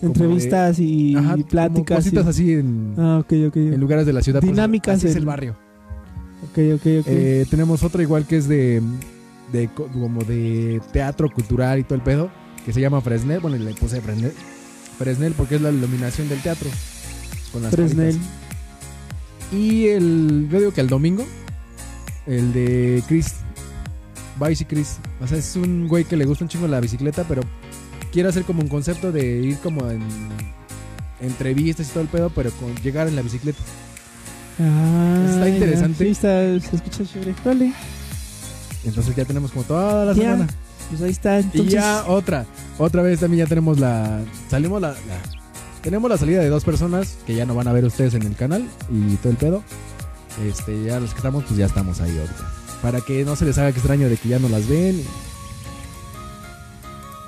[SPEAKER 1] como
[SPEAKER 3] Entrevistas y,
[SPEAKER 1] ajá,
[SPEAKER 3] y
[SPEAKER 1] como
[SPEAKER 3] pláticas.
[SPEAKER 1] cositas
[SPEAKER 3] y-
[SPEAKER 1] así en,
[SPEAKER 3] Ah, ok, ok.
[SPEAKER 1] en lugares de la ciudad. pues,
[SPEAKER 3] Dinámicas
[SPEAKER 1] Así es
[SPEAKER 3] en-
[SPEAKER 1] el barrio.
[SPEAKER 3] Ok, ok, ok.
[SPEAKER 1] Eh, tenemos otro igual que es de, de co- como de teatro cultural y todo el pedo, que se llama Fresnel, bueno, le puse Fresnel, Fresnel porque es la iluminación del teatro. Con las
[SPEAKER 3] Fresnel.
[SPEAKER 1] palitas. Y el, yo digo que el domingo, el de Chris, Bicy Chris. O sea, es un güey que le gusta un chingo la bicicleta, pero quiere hacer como un concepto de ir como en entrevistas y todo el pedo, pero con llegar en la bicicleta.
[SPEAKER 3] Ah,
[SPEAKER 1] Está
[SPEAKER 3] ya.
[SPEAKER 1] interesante.
[SPEAKER 3] Sí, está, se escucha chévere. Vale.
[SPEAKER 1] Entonces ya tenemos como toda la
[SPEAKER 3] Ya.
[SPEAKER 1] semana.
[SPEAKER 3] Pues ahí está. Entonces,
[SPEAKER 1] y ya otra, otra vez también ya tenemos la, salimos la, la- tenemos la salida de dos personas que ya no van a ver ustedes en el canal y todo el pedo. Este, ya los que estamos, pues ya estamos ahí ahorita. Para que no se les haga extraño de que ya no las ven.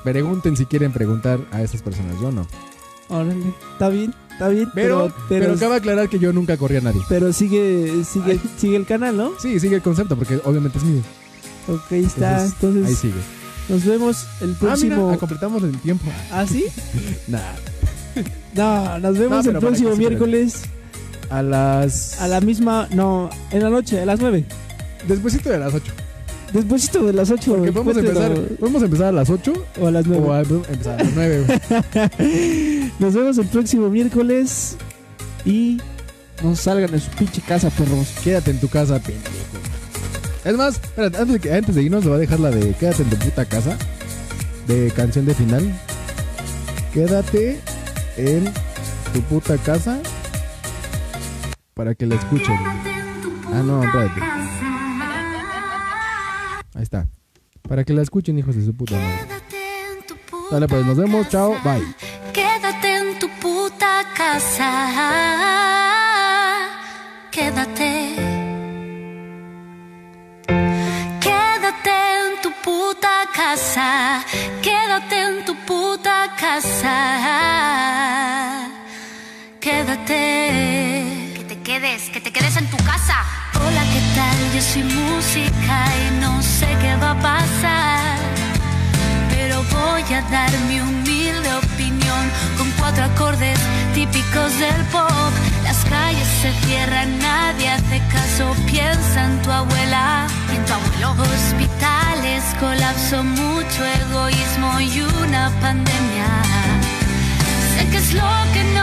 [SPEAKER 1] Pregunten si quieren preguntar a esas personas, yo no.
[SPEAKER 3] Órale. Está bien, está bien.
[SPEAKER 1] Pero, pero,
[SPEAKER 3] pero,
[SPEAKER 1] cabe aclarar que yo nunca corrí a nadie.
[SPEAKER 3] pero sigue, sigue, sigue el canal, ¿no?
[SPEAKER 1] Sí, sigue el concepto porque obviamente es mío.
[SPEAKER 3] Ok, ahí está.
[SPEAKER 1] Entonces,
[SPEAKER 3] Entonces,
[SPEAKER 1] Ahí sigue.
[SPEAKER 3] nos vemos el
[SPEAKER 1] Ah,
[SPEAKER 3] próximo.
[SPEAKER 1] mira, completamos el tiempo.
[SPEAKER 3] ¿Ah, sí?
[SPEAKER 1] Nah,
[SPEAKER 3] No, nos vemos
[SPEAKER 1] pero para
[SPEAKER 3] el próximo
[SPEAKER 1] que se
[SPEAKER 3] miércoles
[SPEAKER 1] a las.
[SPEAKER 3] a la misma. No, en la noche, a las 9.
[SPEAKER 1] Despuésito de las 8.
[SPEAKER 3] Despuésito de las 8.
[SPEAKER 1] Porque podemos empezar, podemos empezar a las 8
[SPEAKER 3] O a las 9.
[SPEAKER 1] o a- empezar a las 9.
[SPEAKER 3] Nos vemos el próximo miércoles y no salgan de su pinche casa, perros.
[SPEAKER 1] Quédate en tu casa, pendejo. Es más, espérate, antes, de que- antes de irnos, le voy a dejar la de quédate en tu puta casa. de canción de final. Quédate en tu puta casa para que la escuchen. Ah, no, espérate. Ahí está. Para que la escuchen, hijos de su puta madre.
[SPEAKER 6] Quédate en tu puta
[SPEAKER 1] Dale, pues nos vemos. Chao. Bye.
[SPEAKER 6] Quédate en tu puta casa. Quédate. Quédate en tu puta casa. Quédate en tu puta casa. Quédate.
[SPEAKER 7] Que te quedes, que te quedes en tu casa.
[SPEAKER 6] Hola, ¿qué tal? Yo soy música y no sé qué va a pasar. Pero voy a dar mi humilde opinión con cuatro acordes típicos del pop. Las calles se cierran, nadie hace caso, piensa en tu abuela.
[SPEAKER 7] Y en tu abuelo.
[SPEAKER 6] Hospitales, colapso, mucho egoísmo y una pandemia. Sé que es lo que